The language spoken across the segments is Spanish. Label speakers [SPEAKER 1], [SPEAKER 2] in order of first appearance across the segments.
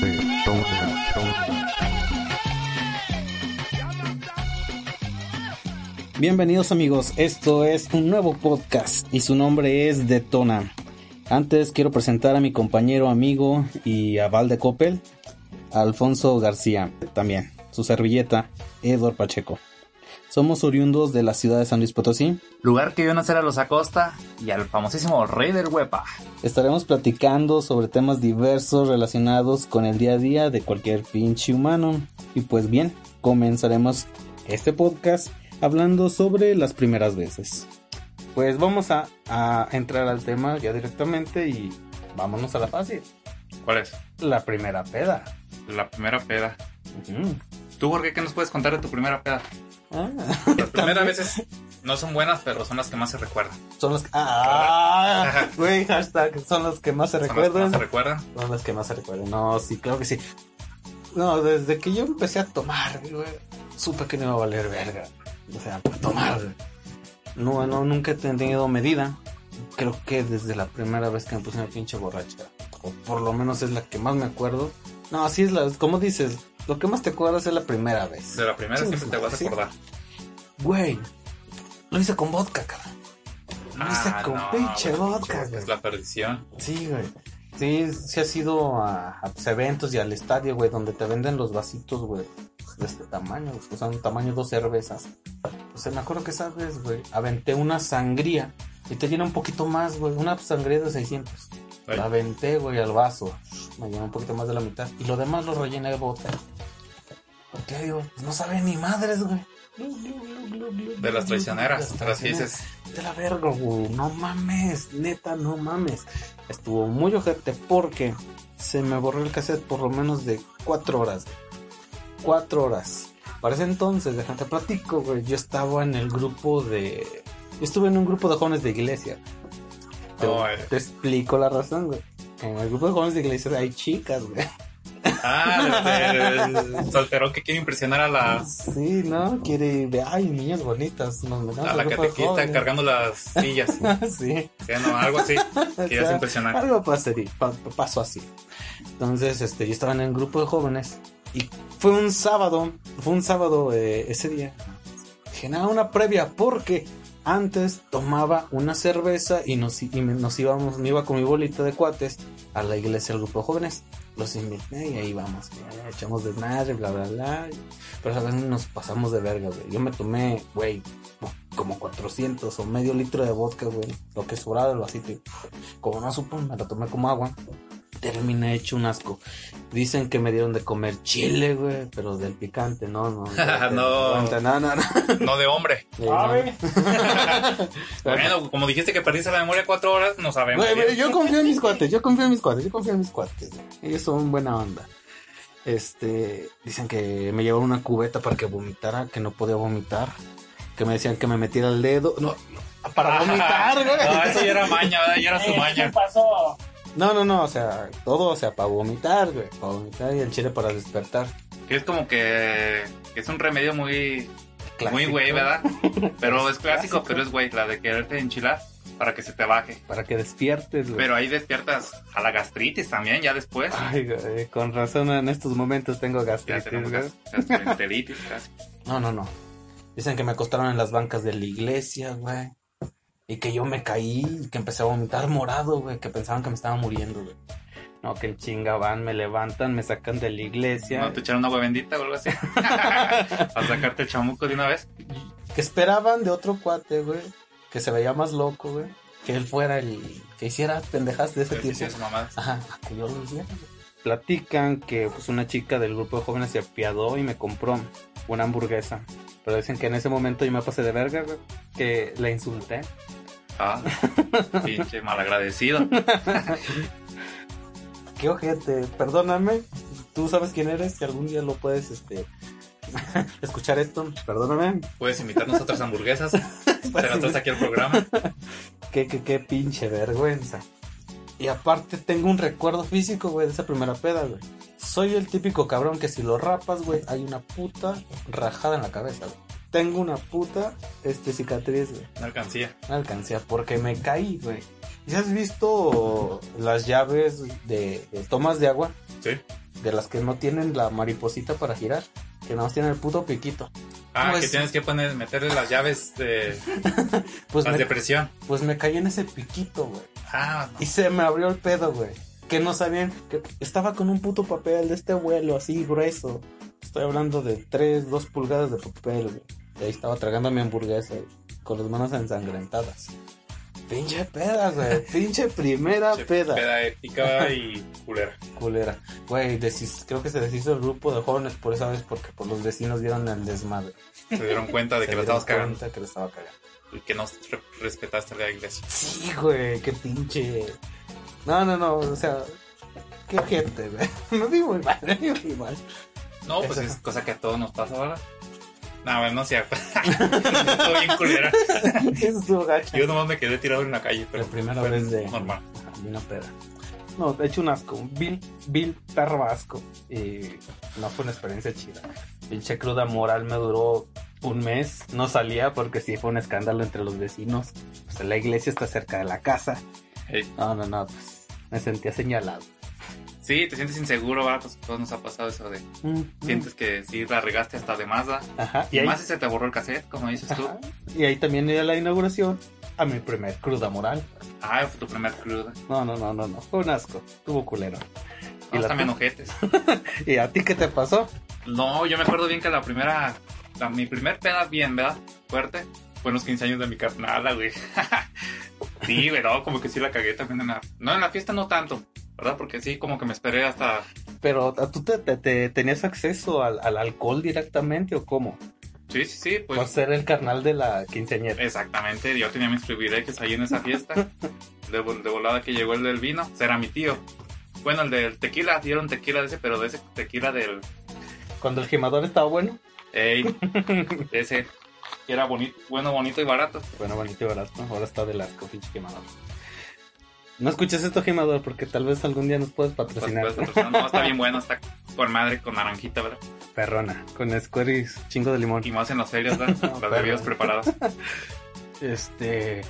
[SPEAKER 1] de Donald Trump.
[SPEAKER 2] Bienvenidos amigos, esto es un nuevo podcast y su nombre es Detona. Antes quiero presentar a mi compañero, amigo y aval de Coppel, Alfonso García, también su servilleta, Edward Pacheco. Somos oriundos de la ciudad de San Luis Potosí.
[SPEAKER 3] Lugar que vio nacer a los Acosta y al famosísimo rey del huepa.
[SPEAKER 2] Estaremos platicando sobre temas diversos relacionados con el día a día de cualquier pinche humano. Y pues bien, comenzaremos este podcast hablando sobre las primeras veces. Pues vamos a, a entrar al tema ya directamente y vámonos a la fácil.
[SPEAKER 3] ¿Cuál es?
[SPEAKER 2] La primera peda.
[SPEAKER 3] La primera peda.
[SPEAKER 2] Mm.
[SPEAKER 3] ¿Tú, Jorge, qué nos puedes contar de tu primera peda?
[SPEAKER 2] Ah,
[SPEAKER 3] Las primeras veces no son buenas, pero son las que más se recuerdan.
[SPEAKER 2] son los ah, güey, hashtag, son los que más se
[SPEAKER 3] Son las que más
[SPEAKER 2] recuerdan.
[SPEAKER 3] se recuerdan.
[SPEAKER 2] Son las que más se recuerdan. No, sí, claro que sí. No, desde que yo empecé a tomar, güey, supe que no iba a valer verga. O sea, para tomar. güey. No, no, nunca he tenido medida. Creo que desde la primera vez que me puse una pinche borracha. O por lo menos es la que más me acuerdo. No, así es la, como dices, lo que más te acuerdas es la primera vez.
[SPEAKER 3] De la primera
[SPEAKER 2] Sí,
[SPEAKER 3] siempre te vas a
[SPEAKER 2] sí.
[SPEAKER 3] acordar.
[SPEAKER 2] Güey, lo hice con vodka, cabrón. Lo hice con pinche
[SPEAKER 3] Ah, güey,
[SPEAKER 2] vodka, güey.
[SPEAKER 3] Es la perdición.
[SPEAKER 2] Sí, güey. Sí, sí has ido a, a, pues, eventos y al estadio, güey, donde te venden los vasitos, güey, de este tamaño, güey, o sea, un tamaño dos cervezas. O sea, me acuerdo que esa vez, güey, aventé una sangría y te llena un poquito más, güey, una sangría de 600.
[SPEAKER 3] Ay.
[SPEAKER 2] La aventé, güey, al vaso. Me llena un poquito más de la mitad. Y lo demás lo rellené de bota. Porque digo, pues, no sabe ni madres, güey.
[SPEAKER 3] De las traicioneras. De las
[SPEAKER 2] traicioneras.
[SPEAKER 3] que dices,
[SPEAKER 2] De la verga, güey. No mames, neta, no mames. Estuvo muy ojete porque se me borró el cassette por lo menos de cuatro horas. güey. Cuatro horas. Para ese entonces, déjate platico, güey. Yo estaba en el grupo de. Yo estuve en un grupo de jóvenes de iglesia. Te,
[SPEAKER 3] No, eh.
[SPEAKER 2] te explico la razón, güey. En el grupo de jóvenes de iglesia hay chicas, güey.
[SPEAKER 3] ah, el- el solterón que quiere impresionar a la,
[SPEAKER 2] Sí, ¿no? Quiere. ver, Ay, niñas bonitas. Nos metemos
[SPEAKER 3] Ah. a
[SPEAKER 2] al
[SPEAKER 3] la
[SPEAKER 2] grupo de
[SPEAKER 3] catequista
[SPEAKER 2] jóvenes.
[SPEAKER 3] cargando las sillas.
[SPEAKER 2] Sí.
[SPEAKER 3] Sí, no, algo así.
[SPEAKER 2] O
[SPEAKER 3] Quieres
[SPEAKER 2] sea,
[SPEAKER 3] impresionar.
[SPEAKER 2] Algo pasó, pa- pa- pasó así. Entonces, este, yo estaba en el grupo de jóvenes y fue un sábado, fue un sábado eh, ese día. Dije, nada, una previa porque antes tomaba una cerveza y nos, i- y me- nos íbamos, me iba con mi bolita de cuates a la iglesia del grupo de jóvenes. Los invité y ahí vamos, eh, echamos desmadre, bla, bla, bla. Pero a veces nos pasamos de verga, güey. Yo me tomé, güey, como 400 o medio litro de vodka, güey. Lo que sobraba del vasito. y como no supo, me la tomé como agua. Terminé hecho un asco. Dicen que me dieron de comer chile, güey, pero del picante, no, no.
[SPEAKER 3] No.
[SPEAKER 2] No, no, no.
[SPEAKER 3] No de hombre.
[SPEAKER 2] Bueno,
[SPEAKER 3] Bueno, como dijiste que perdiste la memoria cuatro horas, no sabemos.
[SPEAKER 2] güey, güey, yo confío en mis cuates, yo confío en mis cuates, yo confío en mis cuates. güey. Ellos son buena onda. Este, dicen que me llevaron una cubeta para que vomitara, que no podía vomitar, que me decían que me metiera el dedo, no, no, para vomitar,
[SPEAKER 3] No,
[SPEAKER 2] güey.
[SPEAKER 3] eso ya era maña, ¿verdad? Ya era su maña.
[SPEAKER 4] pasó?
[SPEAKER 2] No, no, no, o sea, todo, o sea, para vomitar, güey, para vomitar y el chile para despertar.
[SPEAKER 3] Que es como que, que es un remedio muy, muy
[SPEAKER 2] Clásico.
[SPEAKER 3] güey, ¿verdad? Pero es
[SPEAKER 2] Clásico.
[SPEAKER 3] clásico, pero es güey, la de quererte enchilar para que se te baje.
[SPEAKER 2] Para que despiertes, güey.
[SPEAKER 3] Pero ahí despiertas a la gastritis también, ya después.
[SPEAKER 2] Ay, güey, con razón en estos momentos tengo
[SPEAKER 3] Ya
[SPEAKER 2] gastritis,
[SPEAKER 3] tenemos
[SPEAKER 2] güey.
[SPEAKER 3] gas- gastroenteritis casi.
[SPEAKER 2] No, no, no. Dicen que me acostaron en las bancas de la iglesia, güey. Y que yo me caí, y que empecé a vomitar morado, güey. Que pensaban que me estaba muriendo, güey. No, que el chinga van, me levantan, me sacan de la iglesia.
[SPEAKER 3] ¿No te echaron agua bendita o algo así? Para sacarte el chamuco de una vez.
[SPEAKER 2] Que esperaban de otro cuate, güey. Que se veía más loco, güey. Que él fuera el que hiciera pendejas de ese
[SPEAKER 3] Pero sí,
[SPEAKER 2] tipo.
[SPEAKER 3] sí, su mamá.
[SPEAKER 2] Ajá, a que yo lo hiciera. Platican que pues, una chica del grupo de jóvenes se apiadó y me compró una hamburguesa. Pero dicen que en ese momento yo me pasé de verga, güey, que la insulté.
[SPEAKER 3] Ah, pinche malagradecido.
[SPEAKER 2] Qué ojete, perdóname. Tú sabes quién eres, si algún día lo puedes este, escuchar esto, perdóname.
[SPEAKER 3] Puedes invitarnos a otras hamburguesas.
[SPEAKER 2] Pues
[SPEAKER 3] Te la traes aquí al programa.
[SPEAKER 2] Qué, qué, qué pinche vergüenza. Y aparte tengo un recuerdo físico, güey, de esa primera peda, güey. Soy el típico cabrón que si lo rapas, güey, hay una puta rajada en la cabeza, güey. Tengo una puta este, cicatriz, güey.
[SPEAKER 3] No alcancía.
[SPEAKER 2] No alcancé porque me caí, güey. ¿Ya has visto las llaves de, de tomas de agua?
[SPEAKER 3] Sí.
[SPEAKER 2] De las que no tienen la mariposita para girar. Que nada más tienen el puto piquito.
[SPEAKER 3] Ah,
[SPEAKER 2] Pues-
[SPEAKER 3] que tienes que poner, meterle las llaves de
[SPEAKER 2] Pues
[SPEAKER 3] las
[SPEAKER 2] me,
[SPEAKER 3] de presión.
[SPEAKER 2] pues me caí en ese piquito, güey.
[SPEAKER 3] Ah, no.
[SPEAKER 2] Y se me abrió el pedo, güey. Que no sabían que estaba con un puto papel de este vuelo así grueso. Estoy hablando de 3, 2 pulgadas de papel, güey. Y ahí estaba tragando mi hamburguesa, güey, con las manos ensangrentadas. Pinche peda, güey. Pinche primera
[SPEAKER 3] Che,
[SPEAKER 2] Ah, peda.
[SPEAKER 3] Peda ética y culera.
[SPEAKER 2] Culera. Güey, desis- creo que se deshizo el grupo de jóvenes por esa vez porque por los vecinos vieron el desmadre.
[SPEAKER 3] Se dieron cuenta Ah, de
[SPEAKER 2] Se
[SPEAKER 3] que la
[SPEAKER 2] dieron
[SPEAKER 3] estabas cagando
[SPEAKER 2] cuenta que la estaba cagando.
[SPEAKER 3] y que no re- respetaste la iglesia.
[SPEAKER 2] Sí, güey, qué pinche. No, no, no, o sea, qué gente, güey. No digo muy mal, no digo muy mal.
[SPEAKER 3] No, pues
[SPEAKER 2] Eso.
[SPEAKER 3] es cosa que a todos nos pasa, ¿verdad? No, bueno, no es cierto. Estuvo bien culera.
[SPEAKER 2] Eso estuvo gacho.
[SPEAKER 3] Yo nomás me quedé tirado en la calle, pero
[SPEAKER 2] La primera
[SPEAKER 3] fue
[SPEAKER 2] vez de.
[SPEAKER 3] normal.
[SPEAKER 2] Ajá, de una peda. No, de hecho un asco, un vil, vil perro asco. Y no fue una experiencia chida. Pinche cruda moral me duró un mes. No salía porque sí fue un escándalo entre los vecinos. O sea, la iglesia está cerca de la casa.
[SPEAKER 3] Ey.
[SPEAKER 2] No, no, no, pues me sentía señalado.
[SPEAKER 3] Sí, te sientes inseguro, ¿verdad? Pues todos nos ha pasado eso de...
[SPEAKER 2] Mm,
[SPEAKER 3] Sientes que sí la regaste hasta de más, ¿verdad?
[SPEAKER 2] mm. Ajá.
[SPEAKER 3] Y
[SPEAKER 2] ahí-
[SPEAKER 3] más si se te borró el cassette, como dices tú.
[SPEAKER 2] Ajá. Y ahí también era la inauguración a mi primer cruda moral.
[SPEAKER 3] Ah, fue tu primer cruda.
[SPEAKER 2] No, no, no, no, no. Fue un asco. Tuvo culero.
[SPEAKER 3] No,
[SPEAKER 2] ¿Y la
[SPEAKER 3] también
[SPEAKER 2] tu-
[SPEAKER 3] ojetes.
[SPEAKER 2] ¿Y a ti qué te pasó?
[SPEAKER 3] No, yo me acuerdo bien que la primera, la- mi primer peda bien, ¿verdad? Fuerte, fue en los 15 años de mi carnada, güey. sí, güey, no, como que sí la cagué también en la... No, en la fiesta no tanto, ¿verdad? Porque sí, como que me esperé hasta...
[SPEAKER 2] Pero ¿a ¿tú te, te- te- tenías acceso al, al alcohol directamente o cómo?
[SPEAKER 3] Sí, sí, sí, pues...
[SPEAKER 2] Por ser el carnal de la quinceañera.
[SPEAKER 3] Exactamente, yo tenía mis privilegios ahí en esa fiesta. De, vol- de volada que llegó el del vino, será mi tío. Bueno, el del tequila, dieron tequila de ese, pero de ese tequila del...
[SPEAKER 2] Cuando el gemador estaba bueno.
[SPEAKER 3] Ey, de ese, que era bonito, bueno, bonito y barato.
[SPEAKER 2] Bueno, bonito y barato. Ahora está del arco, pinche gemador. No escuches esto, gemador, porque tal vez algún día nos puedes
[SPEAKER 3] Pues,
[SPEAKER 2] patrocinar.
[SPEAKER 3] pues, pues, no, está bien bueno, está con madre, con naranjita, ¿verdad?
[SPEAKER 2] Perrona, con square y chingo de limón.
[SPEAKER 3] Y más en las ferias, ¿verdad?
[SPEAKER 2] No,
[SPEAKER 3] Las
[SPEAKER 2] pero-
[SPEAKER 3] bebidas preparadas.
[SPEAKER 2] Este.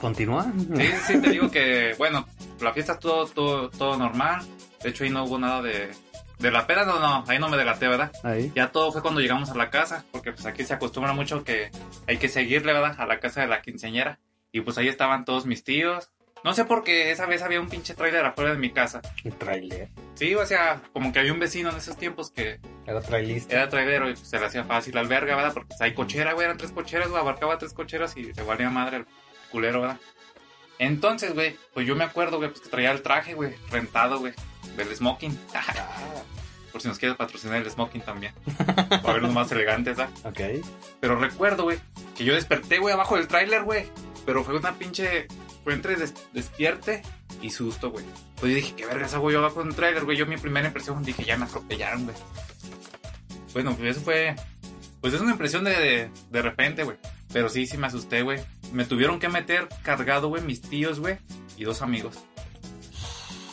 [SPEAKER 2] ¿Continúa?
[SPEAKER 3] Sí, sí, te digo que, bueno, la fiesta todo, todo, todo normal. De hecho, ahí no hubo nada de... De la peda, no, no, ahí no me delaté, ¿verdad?
[SPEAKER 2] Ahí.
[SPEAKER 3] Ya todo fue cuando llegamos a la casa, porque pues aquí se acostumbra mucho que hay que seguirle, ¿verdad? A la casa de la quinceañera. Y pues ahí estaban todos mis tíos. No sé por qué esa vez había un pinche trailer afuera de mi casa.
[SPEAKER 2] Un trailer.
[SPEAKER 3] Sí, o sea, como que había un vecino en esos tiempos que
[SPEAKER 2] Era trailista.
[SPEAKER 3] era trailero y pues, se le hacía fácil la alberga, ¿verdad? Porque pues, hay cochera, güey, eran tres cocheras, güey, abarcaba tres cocheras y se valía madre el culero, ¿verdad? Entonces, güey, pues yo me acuerdo, güey, pues que traía el traje, güey, rentado, güey, del smoking. Por si nos quieres patrocinar el smoking también. Para vernos más elegantes, ¿verdad?
[SPEAKER 2] Ok.
[SPEAKER 3] Pero recuerdo, güey, que yo desperté, güey, abajo del tráiler, güey. Pero fue una pinche... Fue entre des- despierte y susto, güey. Entonces yo dije, qué vergas hago yo abajo del tráiler, güey. Yo mi primera impresión dije, ya me atropellaron, güey. Bueno, pues eso fue... Pues es una impresión de, de, de repente, güey. Pero sí, sí me asusté, güey. Me tuvieron que meter cargado, güey, mis tíos, güey. Y dos amigos.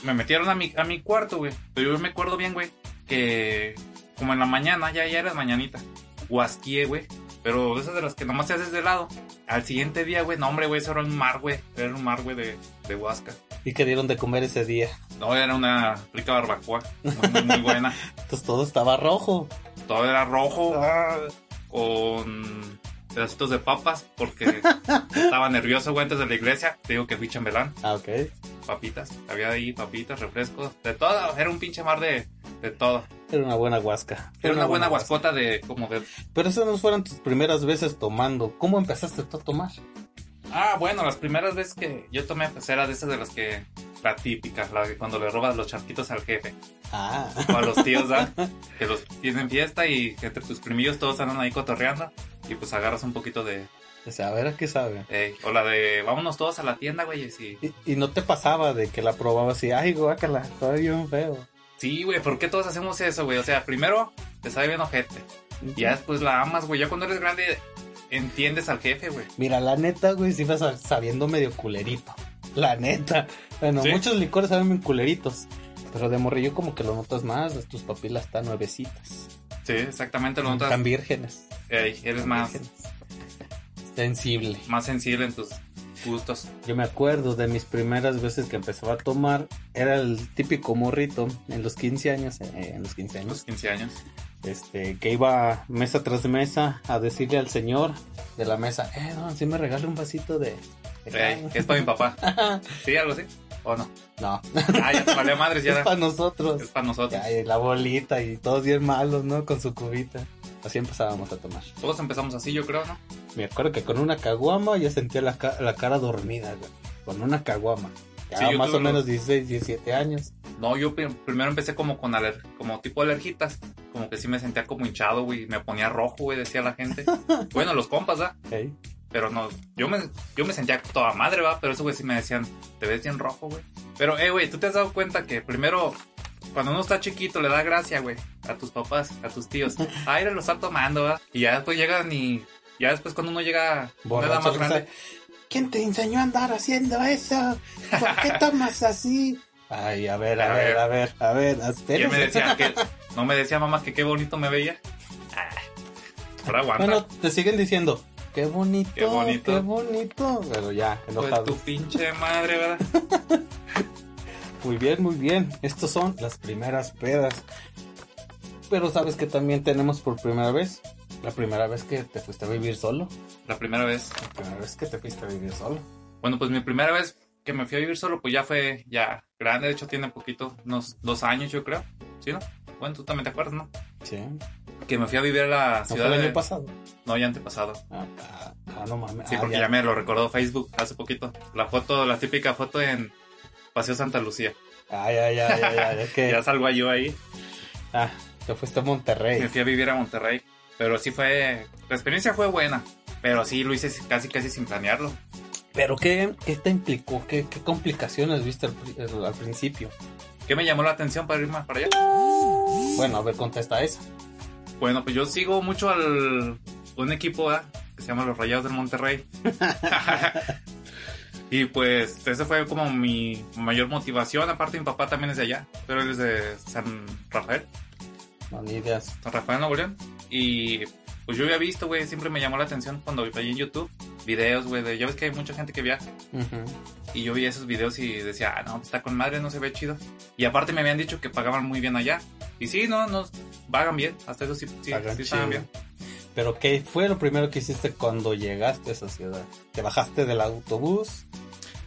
[SPEAKER 3] Me metieron a mi, a mi cuarto, güey. Pero yo me acuerdo bien, güey, que... Como en la mañana, ya, ya era mañanita. Guasquié, güey. Pero esas de las que nomás te haces de lado. Al siguiente día, güey, no, hombre, güey, eso era un mar, güey. Era un mar, güey, de, de Huasca.
[SPEAKER 2] ¿Y qué dieron de comer ese día?
[SPEAKER 3] No, era una rica barbacoa. Muy, muy, muy buena.
[SPEAKER 2] Entonces Pues todo estaba rojo.
[SPEAKER 3] Todo era rojo
[SPEAKER 2] Ah,
[SPEAKER 3] con pedacitos de papas porque estaba nervioso, güey, antes de la iglesia. Te digo que fui chambelán.
[SPEAKER 2] Ah, ok.
[SPEAKER 3] Papitas. Había ahí papitas, refrescos, de todo. Era un pinche mar de, de todo.
[SPEAKER 2] Era una buena huasca.
[SPEAKER 3] Era una buena guascota de como de...
[SPEAKER 2] Pero esas no fueron tus primeras veces tomando. ¿Cómo empezaste tú a tomar?
[SPEAKER 3] Ah, bueno, las primeras veces que yo tomé, pues era de esas de las que... La típica, la que cuando le robas los charquitos al jefe.
[SPEAKER 2] Ah.
[SPEAKER 3] o a los tíos, ¿verdad? Que los tienen fiesta y que entre tus primillos todos andan ahí cotorreando y pues agarras un poquito de...
[SPEAKER 2] O sea, a ver a qué sabe.
[SPEAKER 3] ey, o la de vámonos todos a la tienda, güey. y Sí,
[SPEAKER 2] Y, y no te pasaba de que la probabas y, ay, guácala, está bien feo.
[SPEAKER 3] sí, güey, ¿por qué todos hacemos eso, güey? O sea, primero te sabe bien ojete y ya después la amas, güey. Ya cuando eres grande entiendes al jefe, güey.
[SPEAKER 2] Mira, la neta, güey, sí vas sab- sabiendo medio culerito. La neta. Bueno,
[SPEAKER 3] ¿Sí?
[SPEAKER 2] muchos licores saben bien culeritos. Pero de morrillo como que lo notas más, tus papilas están nuevecitas.
[SPEAKER 3] Sí, exactamente lo
[SPEAKER 2] Están
[SPEAKER 3] notas.
[SPEAKER 2] vírgenes.
[SPEAKER 3] ey, eres
[SPEAKER 2] están
[SPEAKER 3] más,
[SPEAKER 2] vírgenes. Sensible.
[SPEAKER 3] más sensible en tus Gustos.
[SPEAKER 2] Yo me acuerdo de mis primeras veces que empezaba a tomar, era el típico morrito en los 15 años, eh, en los 15
[SPEAKER 3] En los
[SPEAKER 2] años,
[SPEAKER 3] 15 años.
[SPEAKER 2] este, que iba mesa tras mesa a decirle al señor de la mesa, eh, no, si me regala un vasito de... de
[SPEAKER 3] Eh,
[SPEAKER 2] cal".
[SPEAKER 3] es para mi papá. ¿Sí? ¿Algo así? ¿O no?
[SPEAKER 2] no,
[SPEAKER 3] Ah, ya te valió madres,
[SPEAKER 2] es
[SPEAKER 3] ya.
[SPEAKER 2] para nosotros.
[SPEAKER 3] Es para nosotros.
[SPEAKER 2] Ya, y la bolita y todos bien malos, ¿no? Con su cubita. Así empezábamos a tomar.
[SPEAKER 3] Todos empezamos así, yo creo, ¿no?
[SPEAKER 2] Me acuerdo que con una caguama ya sentía la, ca- la cara dormida, güey. Con una caguama. Ya
[SPEAKER 3] Sí, yo
[SPEAKER 2] más
[SPEAKER 3] tuve
[SPEAKER 2] o
[SPEAKER 3] lo-
[SPEAKER 2] menos 16, 17 años.
[SPEAKER 3] No, yo pri- primero empecé como con aler como tipo alergitas. Como que sí me sentía como hinchado, güey. Me ponía rojo, güey, decía la gente. Bueno, los compas, ¿ah?
[SPEAKER 2] Ey,
[SPEAKER 3] Pero no, yo me, yo me sentía toda madre, va, pero eso, güey, sí me decían, te ves bien rojo, güey. Pero, eh, güey, tú te has dado cuenta que primero, cuando uno está chiquito, le da gracia, güey, a tus papás, a tus tíos. Ay, lo está tomando, va. Y ya después llegan y, ya después cuando uno llega, una edad
[SPEAKER 2] borracho,
[SPEAKER 3] más
[SPEAKER 2] que
[SPEAKER 3] grande,
[SPEAKER 2] sea. ¿Quién te enseñó a andar haciendo eso? ¿Por qué tomas así? Ay, a ver, a,
[SPEAKER 3] A
[SPEAKER 2] ver,
[SPEAKER 3] ver.
[SPEAKER 2] a ver, a ver, hazte-
[SPEAKER 3] ya me decía que, no me decía mamá que qué bonito me veía. Ah, Ahora aguanta.
[SPEAKER 2] Bueno, te siguen diciendo, qué bonito, qué
[SPEAKER 3] Qué bonito.
[SPEAKER 2] bonito, Pero ya,
[SPEAKER 3] pues
[SPEAKER 2] enojado.
[SPEAKER 3] tu pinche madre, ¿verdad?
[SPEAKER 2] Muy bien, muy bien. Estos son las primeras pedas. Pero sabes que también tenemos por primera vez. La primera vez que te fuiste a vivir solo.
[SPEAKER 3] La primera vez.
[SPEAKER 2] La primera vez que te fuiste a vivir solo.
[SPEAKER 3] Bueno, pues mi primera vez que me fui a vivir solo, pues ya fue ya grande, de hecho tiene poquito, unos dos años yo creo, ¿sí no? Bueno, tú también te acuerdas, ¿no?
[SPEAKER 2] Sí. ¿No
[SPEAKER 3] Que me fui a vivir a la
[SPEAKER 2] fue
[SPEAKER 3] ciudad
[SPEAKER 2] el
[SPEAKER 3] de...
[SPEAKER 2] año pasado?
[SPEAKER 3] No, ya antepasado.
[SPEAKER 2] Ah, ah, ah, no mames.
[SPEAKER 3] Sí,
[SPEAKER 2] Ah,
[SPEAKER 3] porque
[SPEAKER 2] ya.
[SPEAKER 3] ya. me lo recordó Facebook hace poquito. La foto, la típica foto en Paseo Santa Lucía.
[SPEAKER 2] Ah, ya, ya, ya, ya. ya, que-
[SPEAKER 3] Ya salgo yo ahí.
[SPEAKER 2] Ah, te fuiste a Monterrey.
[SPEAKER 3] Me fui a vivir a Monterrey. Pero sí fue... La experiencia fue buena. Pero sí, lo hice casi, casi sin planearlo.
[SPEAKER 2] Pero ¿qué, qué te implicó? ¿Qué, qué complicaciones viste al, pri- al- al principio?
[SPEAKER 3] ¿Qué me llamó la atención para irme para allá?
[SPEAKER 2] Bueno, a ver, contesta eso.
[SPEAKER 3] Bueno, pues yo sigo mucho al un equipo ¿verdad? que se llama los Rayados del Monterrey. y pues esa fue como mi mayor motivación. Aparte mi papá también es de allá, pero él es de San Rafael,
[SPEAKER 2] No, ni ideas.
[SPEAKER 3] San Rafael Nuevo León. Y pues yo había visto, güey, siempre me llamó la atención cuando vi en YouTube videos, güey, de ya ves que hay mucha gente que viaja.
[SPEAKER 2] Ujú.
[SPEAKER 3] Y yo vi esos videos y decía, ah, no, está con madre, no se ve chido. Y aparte me habían dicho que pagaban muy bien allá. Y sí, no, no, pagan bien, hasta eso sí, sí,
[SPEAKER 2] Pagan
[SPEAKER 3] sí estaban
[SPEAKER 2] chido.
[SPEAKER 3] bien.
[SPEAKER 2] Pero ¿qué fue lo primero que hiciste cuando llegaste a esa ciudad? ¿Te bajaste del autobús?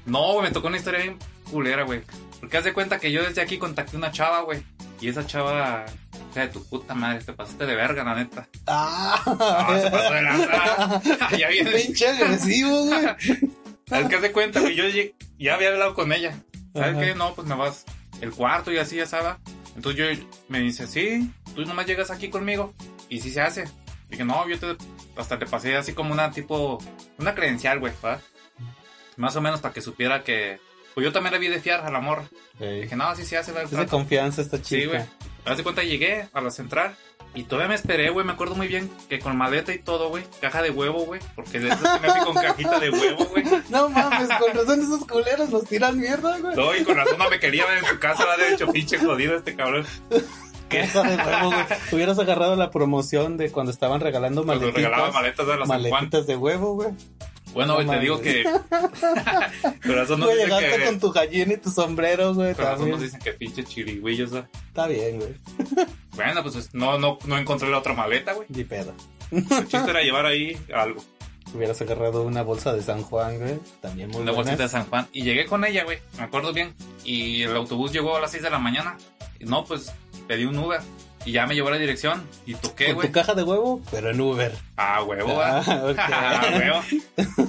[SPEAKER 3] No, güey, me tocó una historia bien culera, güey. Porque haz de cuenta que yo desde aquí contacté una chava, güey. Y esa chava, hija de tu puta madre, te pasaste de verga, la neta. No, se pasó
[SPEAKER 2] ¡Ah!
[SPEAKER 3] de lanza. ya viene.
[SPEAKER 2] Pinche agresivo, güey.
[SPEAKER 3] Es que haz de cuenta, güey, yo lleg- ya había hablado con ella. ¿Sabes
[SPEAKER 2] Ajá.
[SPEAKER 3] qué? No, pues me vas el cuarto y así, ya sabes. Entonces yo me dice, sí, tú nomás llegas aquí conmigo. Y sí se hace. Dije, no, yo te, hasta te pasé así como una tipo, una credencial, güey, ¿verdad? Más o menos para que supiera que... Pues yo también la vi de fiar a la morra. Dije,
[SPEAKER 2] Pues Es
[SPEAKER 3] no, sí, sí hace la
[SPEAKER 2] de
[SPEAKER 3] trato.
[SPEAKER 2] confianza esta
[SPEAKER 3] Sí, güey.
[SPEAKER 2] chica.
[SPEAKER 3] Haz de cuenta, llegué a la central y todavía me esperé, güey. Me acuerdo muy bien que con maleta y todo, güey. Caja de huevo, güey. Porque de eso me fui con cajita de huevo, güey.
[SPEAKER 2] no mames, con razón esos culeros nos tiran mierda, güey.
[SPEAKER 3] No, y con razón no me quería ver en su casa, va de hecho, pinche jodido este cabrón.
[SPEAKER 2] Caja de huevo, güey. Hubieras agarrado la promoción de cuando estaban regalando
[SPEAKER 3] Cuando
[SPEAKER 2] maletitas.
[SPEAKER 3] regalaba maletas a las San Juan.
[SPEAKER 2] maletitas de huevo, güey.
[SPEAKER 3] Bueno, güey,
[SPEAKER 2] No
[SPEAKER 3] te digo
[SPEAKER 2] mames.
[SPEAKER 3] que. Corazón nos
[SPEAKER 2] Güey,
[SPEAKER 3] dice
[SPEAKER 2] llegaste
[SPEAKER 3] que.
[SPEAKER 2] con tu gallina y tu sombrero, güey.
[SPEAKER 3] Corazón nos
[SPEAKER 2] también.
[SPEAKER 3] dice que pinche chirigüillos, ¿va?
[SPEAKER 2] Está bien, güey.
[SPEAKER 3] Bueno, pues no, no, no encontré la otra maleta, güey.
[SPEAKER 2] Ni pedo.
[SPEAKER 3] El chiste era llevar ahí algo.
[SPEAKER 2] Hubieras agarrado una bolsa de San Juan, güey. También muy
[SPEAKER 3] una
[SPEAKER 2] buena.
[SPEAKER 3] bolsita de San Juan. Y llegué con ella, güey. Me acuerdo bien. Y el autobús llegó a las 6 de la mañana. Y no, pues pedí un Uber. Y ya me llevó a la dirección. Y toqué,
[SPEAKER 2] Con
[SPEAKER 3] güey.
[SPEAKER 2] tu caja de huevo, pero en Uber.
[SPEAKER 3] Ah, huevo, ah. Ah,
[SPEAKER 2] Ah, ok.
[SPEAKER 3] huevo.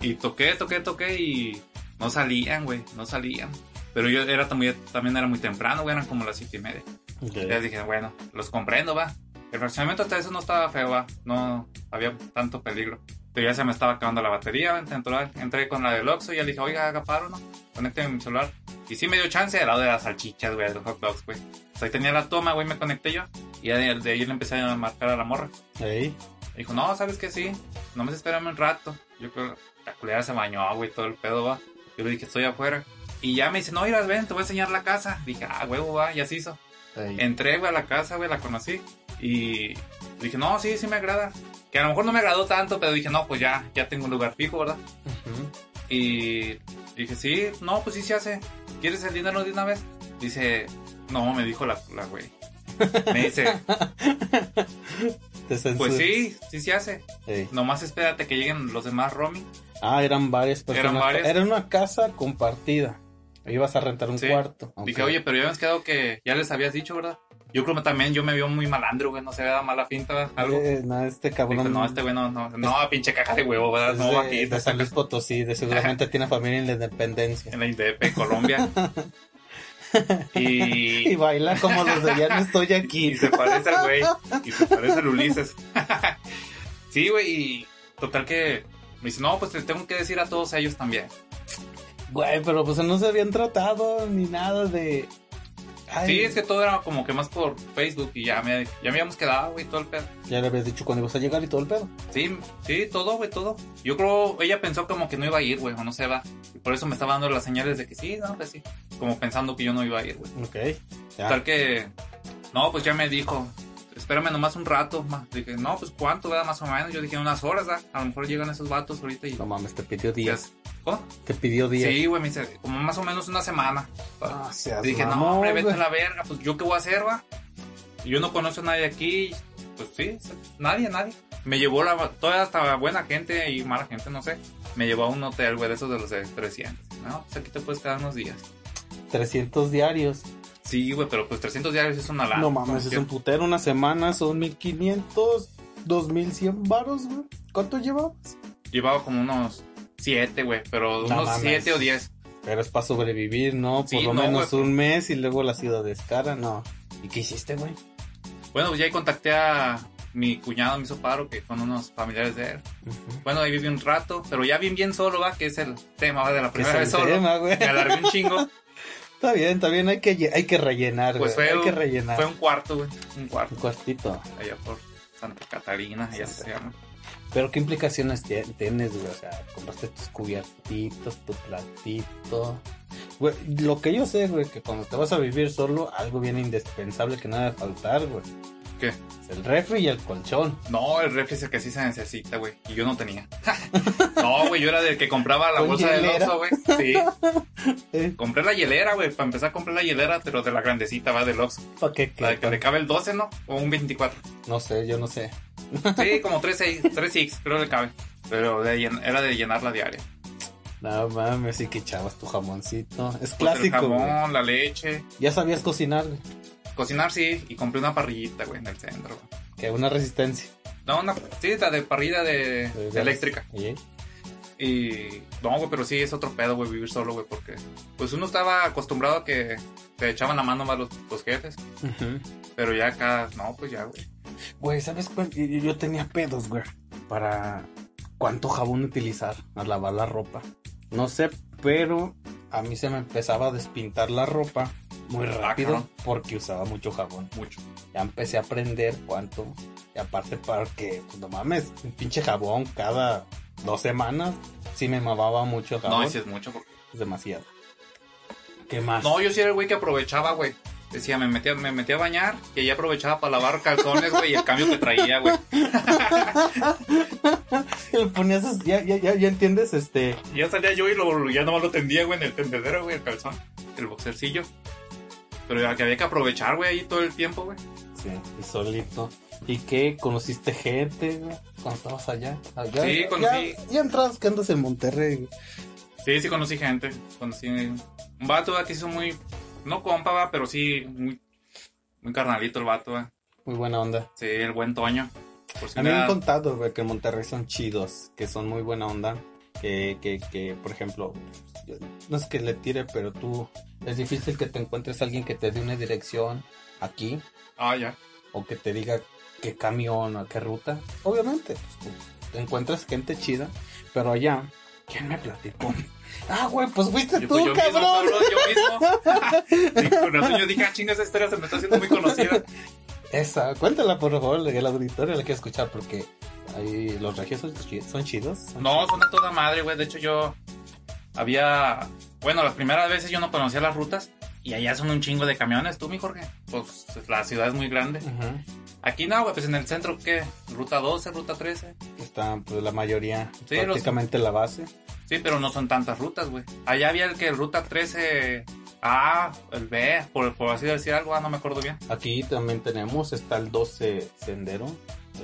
[SPEAKER 3] Y toqué, toqué, toqué. Y no salían, güey. No salían. Pero yo era también, también era muy temprano, güey. Eran como las 7 y media. Ya
[SPEAKER 2] Ok.
[SPEAKER 3] dije, bueno, los comprendo, va. El fraccionamiento hasta eso no estaba feo, va. No había tanto peligro. Pero ya se me estaba acabando la batería, entré, entré con la del Oxxo y ya le dije, oiga, haga paro, ¿no? Conecte mi celular. Y sí me dio chance al lado de las salchichas, güey, de los hot dogs, güey. O sea, ahí tenía la toma, güey, me conecté yo. Y ya de, de ahí le empecé a marcar a la morra.
[SPEAKER 2] Ey,
[SPEAKER 3] Me dijo, no, ¿sabes qué? Sí, nomás espérame un rato. Yo creo, la culera se bañó, güey, todo el pedo, va. Yo le dije, estoy afuera. Y ya me dice, no, irás, ven, te voy a enseñar la casa. Dije, ah, huevo, va, ya se hizo.
[SPEAKER 2] ey.
[SPEAKER 3] Entré, güey, a la casa, güey, la conocí. Y dije, no, sí, sí me agrada. Que a lo mejor no me agradó tanto, pero dije, no, pues ya, ya tengo un lugar fijo, ¿verdad?
[SPEAKER 2] Ujú.
[SPEAKER 3] Y dije, sí, no, pues sí se hace. ¿Quieres el dinero de una vez? Dice, no, me dijo la, la güey. Me dice,
[SPEAKER 2] Te censuras.
[SPEAKER 3] pues sí, sí se hace.
[SPEAKER 2] Sí.
[SPEAKER 3] Nomás espérate que lleguen los demás Romy.
[SPEAKER 2] Ah, eran varias personas.
[SPEAKER 3] Eran varias.
[SPEAKER 2] Era una casa compartida. Ibas a rentar un
[SPEAKER 3] Sí.
[SPEAKER 2] cuarto.
[SPEAKER 3] Dije,
[SPEAKER 2] Ok.
[SPEAKER 3] oye, pero ya me has quedado que ya les habías dicho, ¿verdad? Yo creo que también yo me vio muy malandro, güey, no se vea mala finta, algo.
[SPEAKER 2] Eh, no, este
[SPEAKER 3] Dije,
[SPEAKER 2] cabrón.
[SPEAKER 3] no, este güey no, no, no, pinche caja de huevo, ¿verdad?
[SPEAKER 2] es
[SPEAKER 3] No,
[SPEAKER 2] de,
[SPEAKER 3] aquí pues,
[SPEAKER 2] de San Luis Potosí, de seguramente tiene familia en la independencia.
[SPEAKER 3] en la INDEP, Colombia.
[SPEAKER 2] Y
[SPEAKER 3] Y,
[SPEAKER 2] baila como los de ya no estoy aquí.
[SPEAKER 3] y se parece al güey, y se parece al Ulises. sí, güey, y total que me dice, no, pues te tengo que decir a todos ellos también.
[SPEAKER 2] Güey, pero pues no se habían tratado ni nada de. Ay,
[SPEAKER 3] Sí, es que todo era como que más por Facebook y ya me, ya me habíamos quedado, güey, todo el pedo.
[SPEAKER 2] Ya le habías dicho cuando ibas a llegar y todo el pedo.
[SPEAKER 3] Sí, sí, todo, güey, todo. Yo creo, ella pensó como que no iba a ir, güey, o no se va. Y por eso me estaba dando las señales de que sí, no, pues sí. Como pensando que yo no iba a ir, güey.
[SPEAKER 2] Ok. Ya.
[SPEAKER 3] Tal que, no, pues ya me dijo, espérame nomás un rato. Más. Dije, no, pues cuánto, ¿verdad? Más o menos. Yo dije, unas horas, ¿verdad? A lo mejor llegan esos vatos ahorita y...
[SPEAKER 2] No mames, te pidió días.
[SPEAKER 3] ¿Cómo?
[SPEAKER 2] Te pidió días.
[SPEAKER 3] Pues, Sí, güey, me dice, como más o menos una semana.
[SPEAKER 2] Ah, seas
[SPEAKER 3] Le dije,
[SPEAKER 2] mamón,
[SPEAKER 3] no, hombre, vete
[SPEAKER 2] güey.
[SPEAKER 3] a la verga, pues yo qué voy a hacer, va. Y Yo no conozco a nadie aquí, pues sí, nadie, nadie. Me llevó la, toda hasta buena gente y mala gente, no sé. Me llevó a un hotel, güey, de esos de los de 300. No, pues aquí te puedes quedar unos días.
[SPEAKER 2] 300 diarios.
[SPEAKER 3] Sí, güey, pero pues 300 diarios es una lana.
[SPEAKER 2] no mames, es un putero. Una semana son 1500, 2100 varos, güey. ¿Cuánto llevabas?
[SPEAKER 3] Llevaba como unos 7, güey, pero
[SPEAKER 2] No
[SPEAKER 3] unos
[SPEAKER 2] mames.
[SPEAKER 3] 7 o 10.
[SPEAKER 2] Pero es para sobrevivir, ¿no? Por
[SPEAKER 3] Sí,
[SPEAKER 2] lo
[SPEAKER 3] no,
[SPEAKER 2] menos
[SPEAKER 3] güey.
[SPEAKER 2] un mes y luego la ciudad descara, no. ¿Y qué hiciste, güey?
[SPEAKER 3] Bueno, pues ya ahí contacté a mi cuñado, mi soparo, que son unos familiares de él. Bueno, ahí viví un rato, pero ya bien, bien solo, va, que es el tema, va, de la
[SPEAKER 2] Que
[SPEAKER 3] primera vez
[SPEAKER 2] es el
[SPEAKER 3] solo.
[SPEAKER 2] tema, güey.
[SPEAKER 3] Me alargué un chingo.
[SPEAKER 2] Está bien, está bien, hay que, lle- hay que rellenar,
[SPEAKER 3] Pues
[SPEAKER 2] güey.
[SPEAKER 3] fue
[SPEAKER 2] hay que
[SPEAKER 3] un-
[SPEAKER 2] rellenar.
[SPEAKER 3] Fue un cuarto, güey. Un cuarto.
[SPEAKER 2] Un cuartito.
[SPEAKER 3] Allá por Santa Catarina, allá
[SPEAKER 2] Sí, sí.
[SPEAKER 3] se llama.
[SPEAKER 2] Pero qué implicaciones tie- tienes, güey. O sea, compraste tus cubiertitos, tu platito. Güey, lo que yo sé, güey, que cuando te vas a vivir solo, algo bien indispensable que no debe faltar, güey.
[SPEAKER 3] ¿Qué?
[SPEAKER 2] Es el refri y el colchón.
[SPEAKER 3] No, el refri es el que sí se necesita, güey. Y yo no tenía. no, güey, yo era del que compraba la
[SPEAKER 2] Con
[SPEAKER 3] bolsa del
[SPEAKER 2] hielera.
[SPEAKER 3] Oxxo, güey. Sí.
[SPEAKER 2] Eh.
[SPEAKER 3] Compré la hielera, güey. Para empezar, compré la hielera, pero de la grandecita, va del Oxxo.
[SPEAKER 2] ¿Para qué?
[SPEAKER 3] La que
[SPEAKER 2] qué?
[SPEAKER 3] le cabe el 12, ¿no? O un 24.
[SPEAKER 2] No sé, yo no sé.
[SPEAKER 3] Sí, como 3, 6, 3, 6, creo le cabe. Pero de llen- era de llenarla diaria.
[SPEAKER 2] No mames, sí que echabas tu jamoncito. Es
[SPEAKER 3] Pues
[SPEAKER 2] clásico,
[SPEAKER 3] El
[SPEAKER 2] güey.
[SPEAKER 3] jamón, la leche.
[SPEAKER 2] Ya sabías cocinar, güey.
[SPEAKER 3] Cocinar, sí. Y compré una parrillita, güey, en el centro.
[SPEAKER 2] Que una resistencia.
[SPEAKER 3] No, una, sí, la de parrilla de,
[SPEAKER 2] Eh,
[SPEAKER 3] de eléctrica.
[SPEAKER 2] ¿Sí?
[SPEAKER 3] Y no, güey, pero sí es otro pedo, güey, vivir solo, güey, porque pues uno estaba acostumbrado a que te echaban la mano más los, los jefes,
[SPEAKER 2] Ujú.
[SPEAKER 3] pero ya acá, no, pues ya, güey.
[SPEAKER 2] Güey, ¿sabes cuál? Yo- Yo yo tenía pedos, güey. Para cuánto jabón utilizar al lavar la ropa. No sé, pero a mí se me empezaba a despintar la ropa muy rápido
[SPEAKER 3] Ah, cabrón.
[SPEAKER 2] porque usaba mucho jabón.
[SPEAKER 3] Mucho.
[SPEAKER 2] Ya empecé a aprender cuánto. Y aparte, porque, pues, no mames, un pinche jabón cada dos semanas. Sí me mamaba mucho el jabón.
[SPEAKER 3] No, y sí es mucho. porque-
[SPEAKER 2] Es pues, demasiado. ¿Qué más?
[SPEAKER 3] No, yo sí era el güey que aprovechaba, güey. Decía, me metía, me metía a bañar y ahí aprovechaba para lavar calzones, güey, y el cambio que traía, güey.
[SPEAKER 2] Le ponías, es- Pues, ya, ya, ya, ya entiendes, este.
[SPEAKER 3] Y Ya salía yo y lo, ya nomás lo tendía, güey, en el tendedero, güey, el calzón, el boxercillo. Pero ya que había que aprovechar, güey, ahí todo el tiempo, güey.
[SPEAKER 2] Sí, y solito. ¿Y qué? ¿Conociste gente, güey? Cuando estabas allá. allá
[SPEAKER 3] Sí,
[SPEAKER 2] ya-
[SPEAKER 3] conocí.
[SPEAKER 2] Ya, ya entras, que andas en Monterrey, güey.
[SPEAKER 3] Sí, sí conocí gente. Conocí un vato va, que hizo muy. No compa, va, pero sí muy, muy carnalito el vato. va.
[SPEAKER 2] Muy buena onda.
[SPEAKER 3] Sí, el buen Toño. Por si
[SPEAKER 2] A mí me
[SPEAKER 3] me
[SPEAKER 2] han
[SPEAKER 3] da-
[SPEAKER 2] contado, güey, que en Monterrey son chidos, que son muy buena onda. Que, que, que, por ejemplo, yo- no es que le tire, pero tú. Es difícil que te encuentres alguien que te dé una dirección aquí
[SPEAKER 3] Ah, ya.
[SPEAKER 2] o que te diga qué camión o qué ruta. Obviamente, pues, tú te encuentras gente chida, pero allá, ¿quién me platicó? Ah, güey, pues fuiste
[SPEAKER 3] Yo,
[SPEAKER 2] tú,
[SPEAKER 3] pues, yo mismo,
[SPEAKER 2] cabrón.
[SPEAKER 3] cabrón, yo mismo. Y con razón yo dije, ah, chinga, esa historia se me está haciendo muy conocida.
[SPEAKER 2] Esa, cuéntala por favor, el auditorio la quiero escuchar porque ahí los regios son, chi- son chidos. son
[SPEAKER 3] No, son a toda madre, güey. De hecho, yo había. Bueno, las primeras veces yo no conocía las rutas. Y allá son un chingo de camiones, tú, mi Jorge. Pues la ciudad es muy grande.
[SPEAKER 2] chidos. Ajá.
[SPEAKER 3] Aquí no, güey, pues en el centro, ¿qué? Ruta 12, ruta 13.
[SPEAKER 2] Está pues, la mayoría,
[SPEAKER 3] Sí, los-
[SPEAKER 2] prácticamente la base.
[SPEAKER 3] Sí, pero no son tantas rutas, güey. Allá había el que ruta 13 A, el B, por, por así decir algo, ah, no me acuerdo bien.
[SPEAKER 2] Aquí también tenemos, está el 12 Sendero,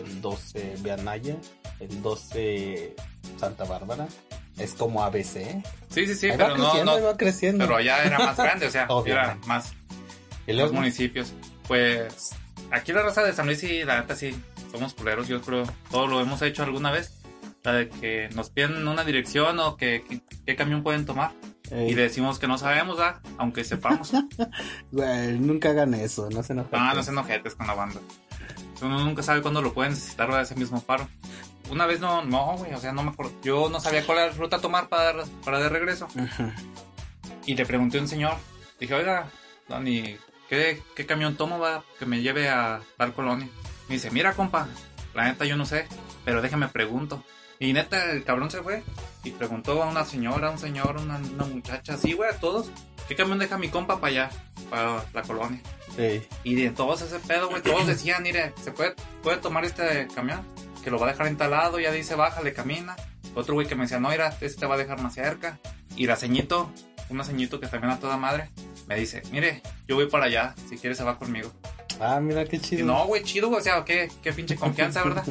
[SPEAKER 2] el 12 Beanaya, el 12 Santa Bárbara. Es como ABC.
[SPEAKER 3] Sí, sí, sí,
[SPEAKER 2] Ahí va
[SPEAKER 3] pero no,
[SPEAKER 2] creciendo,
[SPEAKER 3] no-
[SPEAKER 2] ahí va creciendo.
[SPEAKER 3] pero allá era más grande, o sea, era
[SPEAKER 2] Obviamente.
[SPEAKER 3] más
[SPEAKER 2] Y
[SPEAKER 3] los
[SPEAKER 2] luego-
[SPEAKER 3] municipios. Pues aquí la raza de San Luis y la neta sí, somos culeros, yo creo, todos lo hemos hecho alguna vez. La de que nos piden una dirección o que, que- qué camión pueden tomar
[SPEAKER 2] Ey,
[SPEAKER 3] y le decimos que no sabemos, ¿verdad? aunque sepamos.
[SPEAKER 2] güey, nunca hagan eso, no se enojen.
[SPEAKER 3] Ah, no sean ojetes con la banda. Uno nunca sabe cuándo lo pueden necesitar ¿verdad? ese mismo paro. Una vez no, no, güey, o sea, no me acuerdo. Yo no sabía cuál era la ruta tomar para, dar- para de regreso.
[SPEAKER 2] Ajá.
[SPEAKER 3] Y le pregunté a un señor, dije, oiga, Dani, ¿qué, qué camión tomo va que me lleve a tal colonia? Me dice, mira, compa, la neta yo no sé, pero déjame pregunto. Y neta, el cabrón se fue y preguntó a una señora, a un señor, a una, una muchacha, sí, güey, a todos, ¿qué camión deja mi compa para allá, para la colonia?
[SPEAKER 2] Ey,
[SPEAKER 3] Y de todos ese pedo, güey, todos decían, mire, se puede, puede tomar este camión, que lo va a dejar entalado, ya dice, bájale, camina. Otro güey que me decía, no, mira, este te va a dejar más cerca. Y la ceñito, una ceñito que también a toda madre, me dice, mire, yo voy para allá, si quieres se va conmigo.
[SPEAKER 2] Ah, mira qué
[SPEAKER 3] Y
[SPEAKER 2] chido.
[SPEAKER 3] no, güey, chido, güey, o sea, qué, qué pinche confianza, ¿verdad?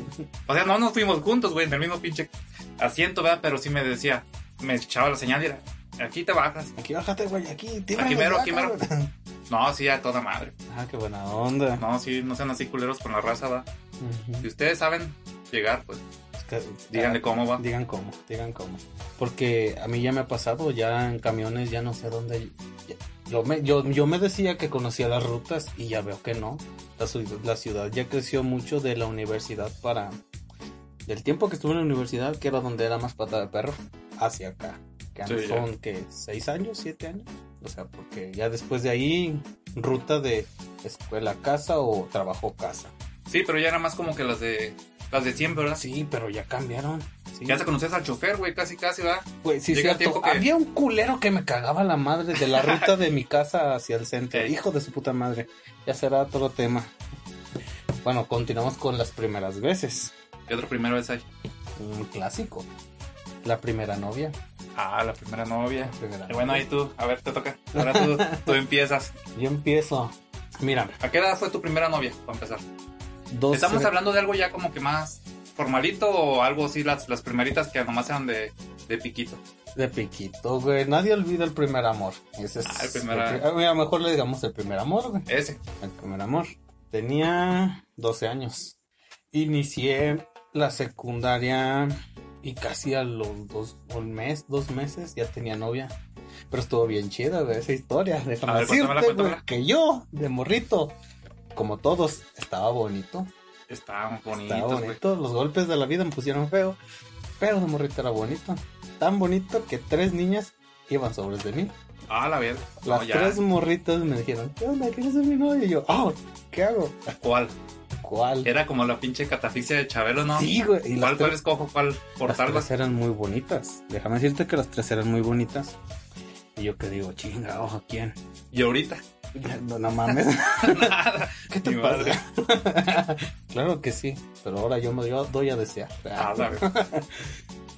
[SPEAKER 3] O sea, no nos fuimos juntos, güey, en el mismo pinche asiento, ¿verdad? Pero sí me decía, me echaba la señal, mira, aquí te bajas.
[SPEAKER 2] Aquí bájate, güey, aquí.
[SPEAKER 3] Aquí mero,
[SPEAKER 2] ya,
[SPEAKER 3] aquí mero.
[SPEAKER 2] cabrón.
[SPEAKER 3] No, sí, a toda madre.
[SPEAKER 2] Ah, qué buena onda.
[SPEAKER 3] No, sí, no sean así culeros con la raza, ¿verdad?
[SPEAKER 2] Ujú.
[SPEAKER 3] Si ustedes saben llegar, pues
[SPEAKER 2] Es que- Ah.
[SPEAKER 3] díganle cómo va.
[SPEAKER 2] Digan cómo, digan cómo. Porque a mí ya me ha pasado, ya en camiones, ya no sé a dónde. ya- Yo me, yo, yo me decía que conocía las rutas y ya veo que no. La, ciu- la ciudad ya creció mucho de la universidad para. Del tiempo que estuve en la universidad, que era donde era más pata de perro, hacia acá. Que
[SPEAKER 3] Sí, ya.
[SPEAKER 2] son, que ¿Seis años? ¿Siete años? O sea, porque ya después de ahí, ruta de escuela-casa o trabajo-casa.
[SPEAKER 3] Sí, pero ya era más como que las de las de siempre, ¿verdad?
[SPEAKER 2] Ah, Sí, pero ya cambiaron. Sí.
[SPEAKER 3] Ya te conocías al chofer, güey, casi, casi, ¿verdad?
[SPEAKER 2] Güey, sí,
[SPEAKER 3] Llega
[SPEAKER 2] cierto.
[SPEAKER 3] tiempo que-
[SPEAKER 2] Había un culero que me cagaba la madre de la ruta de mi casa hacia el centro.
[SPEAKER 3] Ey.
[SPEAKER 2] Hijo de su puta madre. Ya será otro tema. Bueno, continuamos con las primeras veces.
[SPEAKER 3] Y otra primera vez ahí.
[SPEAKER 2] Un clásico. La primera novia.
[SPEAKER 3] Ah, la primera novia.
[SPEAKER 2] La primera
[SPEAKER 3] Y bueno, ahí
[SPEAKER 2] novia.
[SPEAKER 3] tú, a ver, te toca. Ahora tú, tú empiezas.
[SPEAKER 2] Yo empiezo. Mira,
[SPEAKER 3] ¿A qué edad fue tu primera novia, para empezar?
[SPEAKER 2] dos.
[SPEAKER 3] Estamos hablando de algo ya como que más formalito o algo así, las, las primeritas que nomás eran de, de piquito.
[SPEAKER 2] De piquito, güey. Nadie olvida el primer amor. Ese es.
[SPEAKER 3] Ah, el primer amor.
[SPEAKER 2] pri- Ah, mira, mejor le digamos el primer amor, güey.
[SPEAKER 3] Ese.
[SPEAKER 2] El primer amor. Tenía 12 años. Inicié la secundaria y casi a los dos, un mes, dos meses ya tenía novia. Pero estuvo bien chida, güey, esa historia. Déjame
[SPEAKER 3] A ver,
[SPEAKER 2] decirte,
[SPEAKER 3] cuéntamela, cuéntamela.
[SPEAKER 2] güey, que yo, de morrito, como todos, estaba bonito.
[SPEAKER 3] Estaban bonitos,
[SPEAKER 2] estaba
[SPEAKER 3] güey.
[SPEAKER 2] bonito. Los golpes de la vida me pusieron feo. Pero de morrito era bonito. Tan bonito que tres niñas iban sobres de mí.
[SPEAKER 3] Ah, la verdad.
[SPEAKER 2] Las
[SPEAKER 3] No, ya.
[SPEAKER 2] tres morritas me dijeron, ¿qué onda? ¿Quieres ser mi novia? Y yo, ah, ¿qué hago?
[SPEAKER 3] ¿Cuál?
[SPEAKER 2] ¿Cuál?
[SPEAKER 3] Era como la pinche catafixia de Chabelo, ¿no?
[SPEAKER 2] Sí, güey. Y
[SPEAKER 3] ¿Cuál,
[SPEAKER 2] las,
[SPEAKER 3] cuál
[SPEAKER 2] tres,
[SPEAKER 3] escojo? ¿Cuál por
[SPEAKER 2] las
[SPEAKER 3] algo?
[SPEAKER 2] tres eran muy bonitas. Déjame decirte que las tres eran muy bonitas. Y yo que digo, chinga, ojo, ¿quién?
[SPEAKER 3] Y ahorita.
[SPEAKER 2] No, no mames.
[SPEAKER 3] Nada.
[SPEAKER 2] ¿Qué te
[SPEAKER 3] Mi madre.
[SPEAKER 2] pasa? claro que sí, pero ahora yo me doy- doy a desear.
[SPEAKER 3] Ah, la verdad.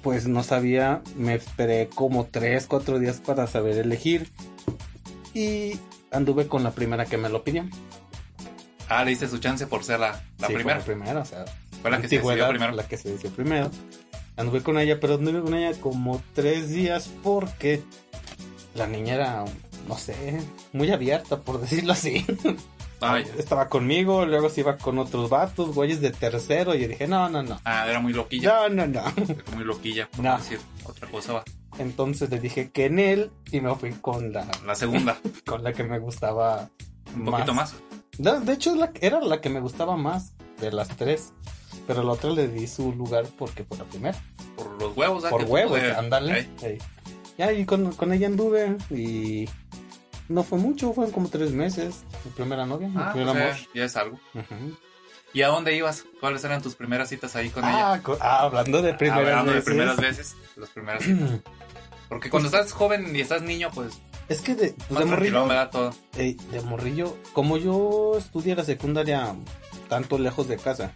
[SPEAKER 2] Pues no sabía, me esperé como tres, cuatro días para saber elegir. Y anduve con la primera que me lo pidió.
[SPEAKER 3] Ah, le diste su chance por ser la, la
[SPEAKER 2] Sí, fue
[SPEAKER 3] primera.
[SPEAKER 2] La primera, o sea,
[SPEAKER 3] Fue la que se decidió
[SPEAKER 2] antigüedad,
[SPEAKER 3] primero.
[SPEAKER 2] La que se decidió primero. Anduve con ella, pero anduve con ella como tres días porque la niña era, no sé, muy abierta, por decirlo así.
[SPEAKER 3] Ah, ya.
[SPEAKER 2] Estaba conmigo, luego se iba con otros vatos, güeyes de tercero. Y yo dije, no, no, no.
[SPEAKER 3] Ah, era muy loquilla.
[SPEAKER 2] No, no, no.
[SPEAKER 3] Era muy loquilla, por
[SPEAKER 2] No.
[SPEAKER 3] decir otra cosa. va.
[SPEAKER 2] Entonces le dije que en él y me fui con la,
[SPEAKER 3] La segunda,
[SPEAKER 2] con la que me gustaba
[SPEAKER 3] un poquito más.
[SPEAKER 2] No, De, hecho, la- era la que me gustaba más de las tres. Pero la otra le di su lugar porque fue la primera.
[SPEAKER 3] Por los huevos. ah,
[SPEAKER 2] por
[SPEAKER 3] que tú
[SPEAKER 2] huevos,
[SPEAKER 3] de-
[SPEAKER 2] ándale.
[SPEAKER 3] Ey,
[SPEAKER 2] Ey. Ya, y con, con ella anduve y no fue mucho, fueron como tres meses. Mi primera novia, mi
[SPEAKER 3] Ah,
[SPEAKER 2] primer
[SPEAKER 3] o sea,
[SPEAKER 2] amor.
[SPEAKER 3] ya es algo.
[SPEAKER 2] Ujú.
[SPEAKER 3] ¿Y a dónde ibas? ¿Cuáles eran tus primeras citas ahí con ella?
[SPEAKER 2] Ah, co- ah, hablando de
[SPEAKER 3] Ah,
[SPEAKER 2] primeras
[SPEAKER 3] hablando de
[SPEAKER 2] veces.
[SPEAKER 3] primeras veces. Las primeras citas. Porque cuando estás joven y estás niño, pues
[SPEAKER 2] Es que de, pues,
[SPEAKER 3] más
[SPEAKER 2] de
[SPEAKER 3] tranquilo
[SPEAKER 2] morrillo,
[SPEAKER 3] me da todo.
[SPEAKER 2] ey, de morrillo, como yo estudié la secundaria tanto lejos de casa,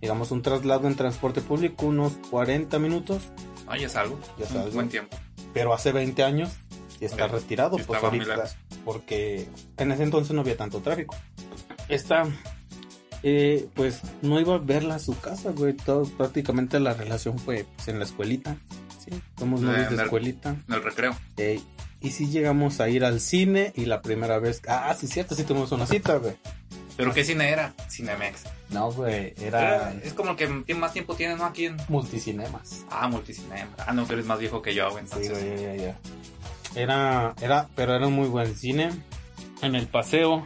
[SPEAKER 2] digamos un traslado en transporte público, unos 40 minutos,
[SPEAKER 3] No, ya es algo.
[SPEAKER 2] Ya
[SPEAKER 3] Es
[SPEAKER 2] es algo.
[SPEAKER 3] Un buen tiempo.
[SPEAKER 2] Pero hace 20 años y está
[SPEAKER 3] Sí,
[SPEAKER 2] retirado,
[SPEAKER 3] sí
[SPEAKER 2] pues
[SPEAKER 3] estaba muy
[SPEAKER 2] ahorita,
[SPEAKER 3] lejos.
[SPEAKER 2] porque en ese entonces no había tanto tráfico. Esta, eh, pues no iba a verla a su casa, güey. Todo, prácticamente la relación fue pues, en la escuelita. Sí, somos
[SPEAKER 3] Eh,
[SPEAKER 2] novios de
[SPEAKER 3] mer-
[SPEAKER 2] escuelita.
[SPEAKER 3] En el recreo.
[SPEAKER 2] Ey, y si llegamos a ir al cine y la primera vez. Ah, sí, cierto, sí tuvimos una cita, güey.
[SPEAKER 3] ¿Pero qué cine era? Cinemex.
[SPEAKER 2] No, güey, era
[SPEAKER 3] Era- es como el que tiene más tiempo tienes, ¿no? Aquí en...
[SPEAKER 2] multicinemas.
[SPEAKER 3] Ah, multicinema. Ah, no, tú eres más viejo que yo, güey.
[SPEAKER 2] Sí,
[SPEAKER 3] Entonces,
[SPEAKER 2] güey, ya, ya, ya. Era, era, pero era un muy buen cine. En el paseo.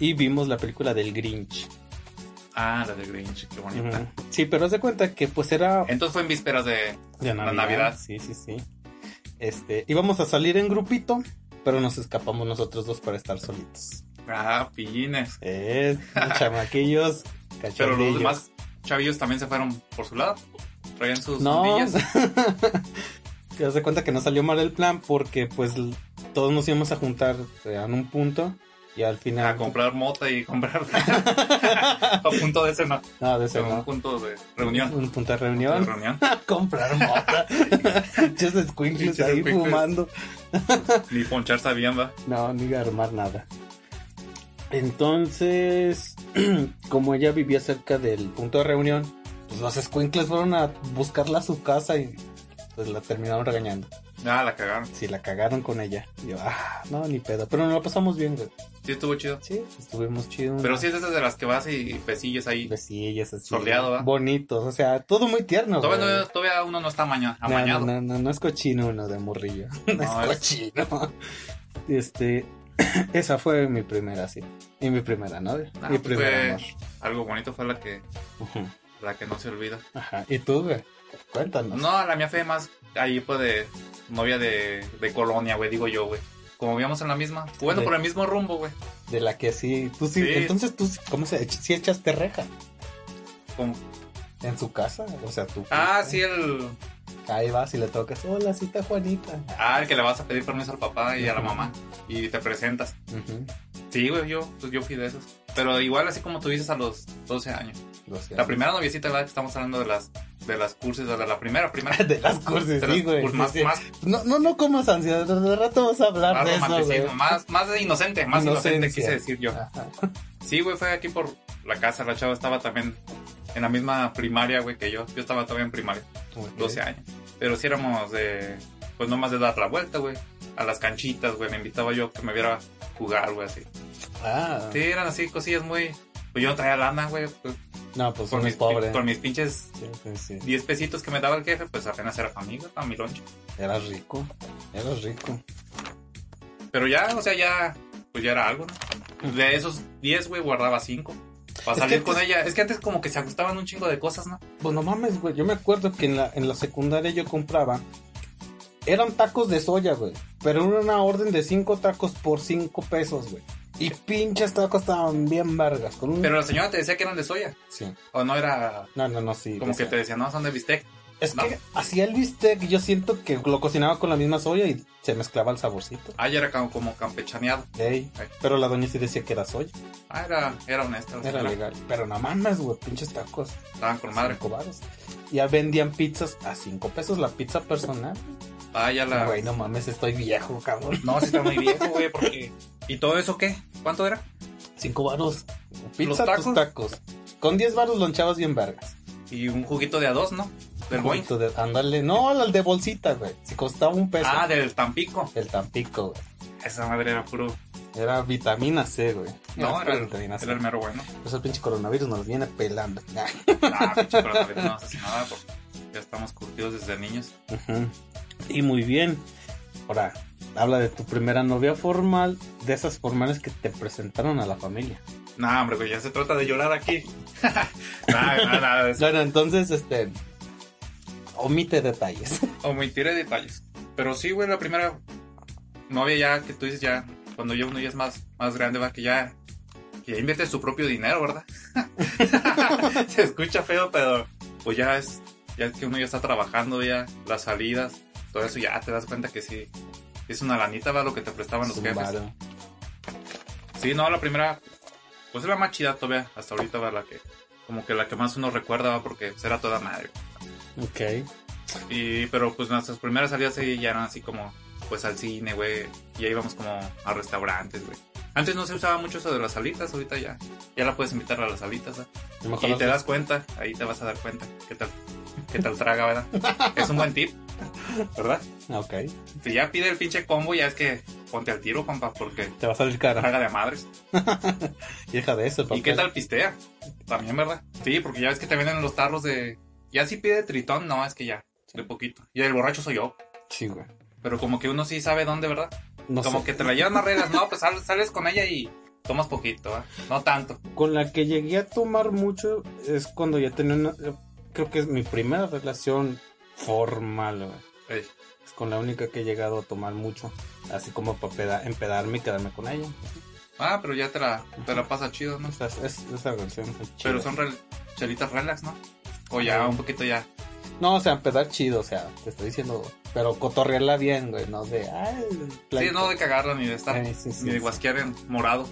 [SPEAKER 2] Y vimos la película del Grinch.
[SPEAKER 3] Ah, la de Grinch, qué bonita.
[SPEAKER 2] Ujú. Sí, pero haz de cuenta que pues era
[SPEAKER 3] Entonces fue en vísperas de...
[SPEAKER 2] de Navidad.
[SPEAKER 3] Navidad.
[SPEAKER 2] Sí, sí, sí. Este, íbamos a salir en grupito, pero nos escapamos nosotros dos para estar solitos.
[SPEAKER 3] Ah, pillines.
[SPEAKER 2] Eh, chamaquillos,
[SPEAKER 3] Pero los
[SPEAKER 2] cachondillos.
[SPEAKER 3] demás chavillos también se fueron por su lado. Traían sus
[SPEAKER 2] No.
[SPEAKER 3] sandillas.
[SPEAKER 2] Te das de cuenta que no salió mal el plan porque pues l- todos nos íbamos a juntar eh, en un punto y al final...
[SPEAKER 3] a comprar mota y comprar... a punto de cena.
[SPEAKER 2] No, Ah, de
[SPEAKER 3] O sea,
[SPEAKER 2] ese
[SPEAKER 3] un
[SPEAKER 2] no.
[SPEAKER 3] punto de reunión.
[SPEAKER 2] Un punto de
[SPEAKER 3] De
[SPEAKER 2] reunión.
[SPEAKER 3] reunión.
[SPEAKER 2] comprar mota. Just squinkles
[SPEAKER 3] Pinches
[SPEAKER 2] ahí
[SPEAKER 3] escuincles.
[SPEAKER 2] fumando.
[SPEAKER 3] Ni ponchar sabían, va.
[SPEAKER 2] No, ni de armar nada. Entonces, como ella vivía cerca del punto de reunión, pues los escuincles fueron a buscarla a su casa y pues la terminaron regañando.
[SPEAKER 3] Ah, la cagaron.
[SPEAKER 2] Si la cagaron con ella. Y yo, ah, no, ni pedo. Pero nos la pasamos bien, güey.
[SPEAKER 3] Sí, estuvo chido.
[SPEAKER 2] Sí, estuvimos chidos. Pues
[SPEAKER 3] Pero sí es de esas de las que vas y besillos ahí.
[SPEAKER 2] Besillos así.
[SPEAKER 3] Soleado, ¿va?
[SPEAKER 2] Bonitos, o sea, todo muy tierno. güey.
[SPEAKER 3] Todavía, no- todavía uno no está amaña-
[SPEAKER 2] No, no,
[SPEAKER 3] amañado.
[SPEAKER 2] no, no, no es cochino uno de morrillo. No,
[SPEAKER 3] No,
[SPEAKER 2] es cochino. Este, esa fue mi primera cita. Y mi primera novia.
[SPEAKER 3] Ah,
[SPEAKER 2] mi primer
[SPEAKER 3] pues. Algo bonito fue la que,
[SPEAKER 2] amor. Ujú.
[SPEAKER 3] la que no se olvida.
[SPEAKER 2] Ajá. ¿Y tú, güey? Cuéntanos.
[SPEAKER 3] Pues No, la mía fue más ahí, pues, de novia de, de colonia, güey, digo yo, güey. Como vivíamos en la misma. Bueno,
[SPEAKER 2] De-
[SPEAKER 3] por el mismo rumbo, güey.
[SPEAKER 2] De la que sí. Tú sí.
[SPEAKER 3] Sí.
[SPEAKER 2] Entonces tú, sí- ¿cómo se echa? Sí echaste reja.
[SPEAKER 3] Como-
[SPEAKER 2] En su casa. O sea, tú.
[SPEAKER 3] Ah, sí, el.
[SPEAKER 2] Ahí vas y le tocas. Hola, cita Juanita.
[SPEAKER 3] Ah, el que le vas a pedir permiso al papá y a la mamá. Y te presentas.
[SPEAKER 2] Ujú.
[SPEAKER 3] Sí, güey, yo, pues, yo fui de esos. Pero igual, así como tú dices, a los 12 años.
[SPEAKER 2] Lo sé.
[SPEAKER 3] La primera noviecita, ¿verdad? Que estamos hablando de las, de las cursos, de la primera, primera.
[SPEAKER 2] De las cursis,
[SPEAKER 3] de
[SPEAKER 2] sí,
[SPEAKER 3] las
[SPEAKER 2] güey.
[SPEAKER 3] curs- más,
[SPEAKER 2] Sí, sí.
[SPEAKER 3] más,
[SPEAKER 2] No, no, no comas ansiedad. De rato vas a hablar
[SPEAKER 3] más
[SPEAKER 2] de eso,
[SPEAKER 3] romanticismo,
[SPEAKER 2] güey.
[SPEAKER 3] más, más de inocente, más inocente
[SPEAKER 2] Inocencia.
[SPEAKER 3] quise decir yo.
[SPEAKER 2] Ajá.
[SPEAKER 3] Sí, güey, fue aquí por la casa. La chava estaba también en la misma primaria, güey, que yo. Yo estaba todavía en primaria,
[SPEAKER 2] Ok.
[SPEAKER 3] 12 años. Pero sí éramos de, pues nomás de dar la vuelta, güey. A las canchitas, güey. Me invitaba yo que me viera jugar, güey, así.
[SPEAKER 2] Ah.
[SPEAKER 3] Sí, eran así cosillas muy... Pues yo no traía lana, güey. pues,
[SPEAKER 2] No, pues
[SPEAKER 3] con,
[SPEAKER 2] uno es
[SPEAKER 3] mis,
[SPEAKER 2] pobre.
[SPEAKER 3] con mis pinches
[SPEAKER 2] Sí, sí, sí.
[SPEAKER 3] 10 pesitos que me daba el jefe, pues apenas era familia, para mi lonche.
[SPEAKER 2] Eras rico. Eras rico.
[SPEAKER 3] Pero ya, o sea, ya, pues ya era algo, ¿no? De esos 10, güey, guardaba 5. Para
[SPEAKER 2] Es
[SPEAKER 3] salir
[SPEAKER 2] que
[SPEAKER 3] con ella. Es que antes como que se ajustaban un chingo de cosas, ¿no?
[SPEAKER 2] Pues no mames, güey. Yo me acuerdo que en la, en la secundaria yo compraba. Eran tacos de soya, güey. Pero era una orden de cinco tacos por cinco pesos, güey. Y pinches tacos estaban bien vargas. Con un...
[SPEAKER 3] Pero la señora te decía que eran de soya.
[SPEAKER 2] Sí.
[SPEAKER 3] O no era...
[SPEAKER 2] No, no, no, sí.
[SPEAKER 3] Como que
[SPEAKER 2] decía.
[SPEAKER 3] te decía, no, son de bistec.
[SPEAKER 2] Es
[SPEAKER 3] no.
[SPEAKER 2] que hacía el bistec y yo siento que lo cocinaba con la misma soya y se mezclaba el saborcito.
[SPEAKER 3] Ah, ya era como, como campechaneado.
[SPEAKER 2] Ey,
[SPEAKER 3] Ay.
[SPEAKER 2] Pero la doña sí decía que era soya.
[SPEAKER 3] Ah, era, era honesta. la
[SPEAKER 2] Era
[SPEAKER 3] señora.
[SPEAKER 2] legal. Pero no mames, güey. Pinches tacos.
[SPEAKER 3] Estaban con madre.
[SPEAKER 2] Cinco varos. Ya vendían pizzas a cinco pesos la pizza personal.
[SPEAKER 3] Ah, ya la...
[SPEAKER 2] Güey, no mames, estoy viejo, cabrón.
[SPEAKER 3] No, sí está muy viejo, güey, porque... ¿Y todo eso qué? ¿Cuánto era?
[SPEAKER 2] Cinco varos. Pizza,
[SPEAKER 3] Los tacos.
[SPEAKER 2] tus tacos. Con 10 varos lonchabas bien vergas.
[SPEAKER 3] Y un juguito de a dos, ¿no? Del
[SPEAKER 2] Un
[SPEAKER 3] boing.
[SPEAKER 2] poquito de- Ándale, no, al de bolsita, güey. Si costaba un peso.
[SPEAKER 3] Ah, del Tampico.
[SPEAKER 2] El Tampico, güey.
[SPEAKER 3] Esa madre era puro...
[SPEAKER 2] Era vitamina C, güey.
[SPEAKER 3] No,
[SPEAKER 2] Era
[SPEAKER 3] era,
[SPEAKER 2] vitamina C.
[SPEAKER 3] era el mero bueno.
[SPEAKER 2] Pues el pinche coronavirus nos viene pelando. Ah.
[SPEAKER 3] Ah, pinche coronavirus, no haces nada porque ya estamos curtidos desde niños.
[SPEAKER 2] Ujú. Y muy bien. Ahora, habla de tu primera novia formal, de esas formales que te presentaron a la familia.
[SPEAKER 3] Nah, hombre, güey, ya se trata de llorar aquí. nada, nada, nada. es-
[SPEAKER 2] Bueno, entonces, este. Omite detalles.
[SPEAKER 3] Omitiré detalles. Pero sí, güey, la primera novia ya que tú dices ya, cuando ya uno ya es más, más grande, va, que ya, que ya invierte su propio dinero, ¿verdad? se escucha feo, pero pues ya es, ya es que uno ya está trabajando, ya las salidas, todo eso ya te das cuenta que sí. Es una lanita, va, lo que te prestaban los jefes.
[SPEAKER 2] Zumbado.
[SPEAKER 3] Sí, no, la primera, pues es la más chida todavía, hasta ahorita va la que, como que la que más uno recuerda va porque será toda madre.
[SPEAKER 2] Ok.
[SPEAKER 3] Y, pero pues nuestras primeras salidas sí ya eran así como, pues al cine, güey. Y ahí íbamos como a restaurantes, güey. Antes no se usaba mucho eso de las salitas, ahorita ya. Ya la puedes invitar a las salitas, ¿ah?
[SPEAKER 2] A lo mejor
[SPEAKER 3] Y
[SPEAKER 2] las-
[SPEAKER 3] te das cuenta, ahí te vas a dar cuenta. ¿Qué tal? ¿Qué tal traga, verdad? Es un buen tip, ¿verdad?
[SPEAKER 2] Ah, Ok,
[SPEAKER 3] Si ya pide el pinche combo, ya es que ponte al tiro, compa, porque
[SPEAKER 2] te va a salir cara.
[SPEAKER 3] traga de a madres.
[SPEAKER 2] Y deja de eso, papá.
[SPEAKER 3] ¿Y qué tal pistea? También, ¿verdad? Sí, porque ya ves que te vienen los tarros de. Ya si pide tritón, no, es que ya, de poquito. Y el borracho soy yo.
[SPEAKER 2] Sí, güey.
[SPEAKER 3] Pero como que uno sí sabe dónde, ¿verdad?
[SPEAKER 2] No
[SPEAKER 3] como
[SPEAKER 2] sé.
[SPEAKER 3] que te la llevan a reglas. No, pues sal- sales con ella y tomas poquito, ¿ah? No tanto.
[SPEAKER 2] Con la que llegué a tomar mucho es cuando ya tenía una. eh, Creo que es mi primera relación formal, güey.
[SPEAKER 3] Ey,
[SPEAKER 2] Es con la única que he llegado a tomar mucho. Así como para peda- empedarme y quedarme con ella.
[SPEAKER 3] Ah, pero ya te la, te la pasa chido, ¿no?
[SPEAKER 2] Esas, es, esas relaciones son
[SPEAKER 3] Pero
[SPEAKER 2] chidas.
[SPEAKER 3] son rel- chelitas relax, ¿no? O ya, un poquito ya.
[SPEAKER 2] No, o sea, empedar chido, o sea, te estoy diciendo. Pero cotorrearla bien, güey, no de. Ay,
[SPEAKER 3] Sí, no de cagarla ni de estar.
[SPEAKER 2] Ay, Ah, sí, sí,
[SPEAKER 3] Eh, ni de
[SPEAKER 2] sí.
[SPEAKER 3] guasquear en morado.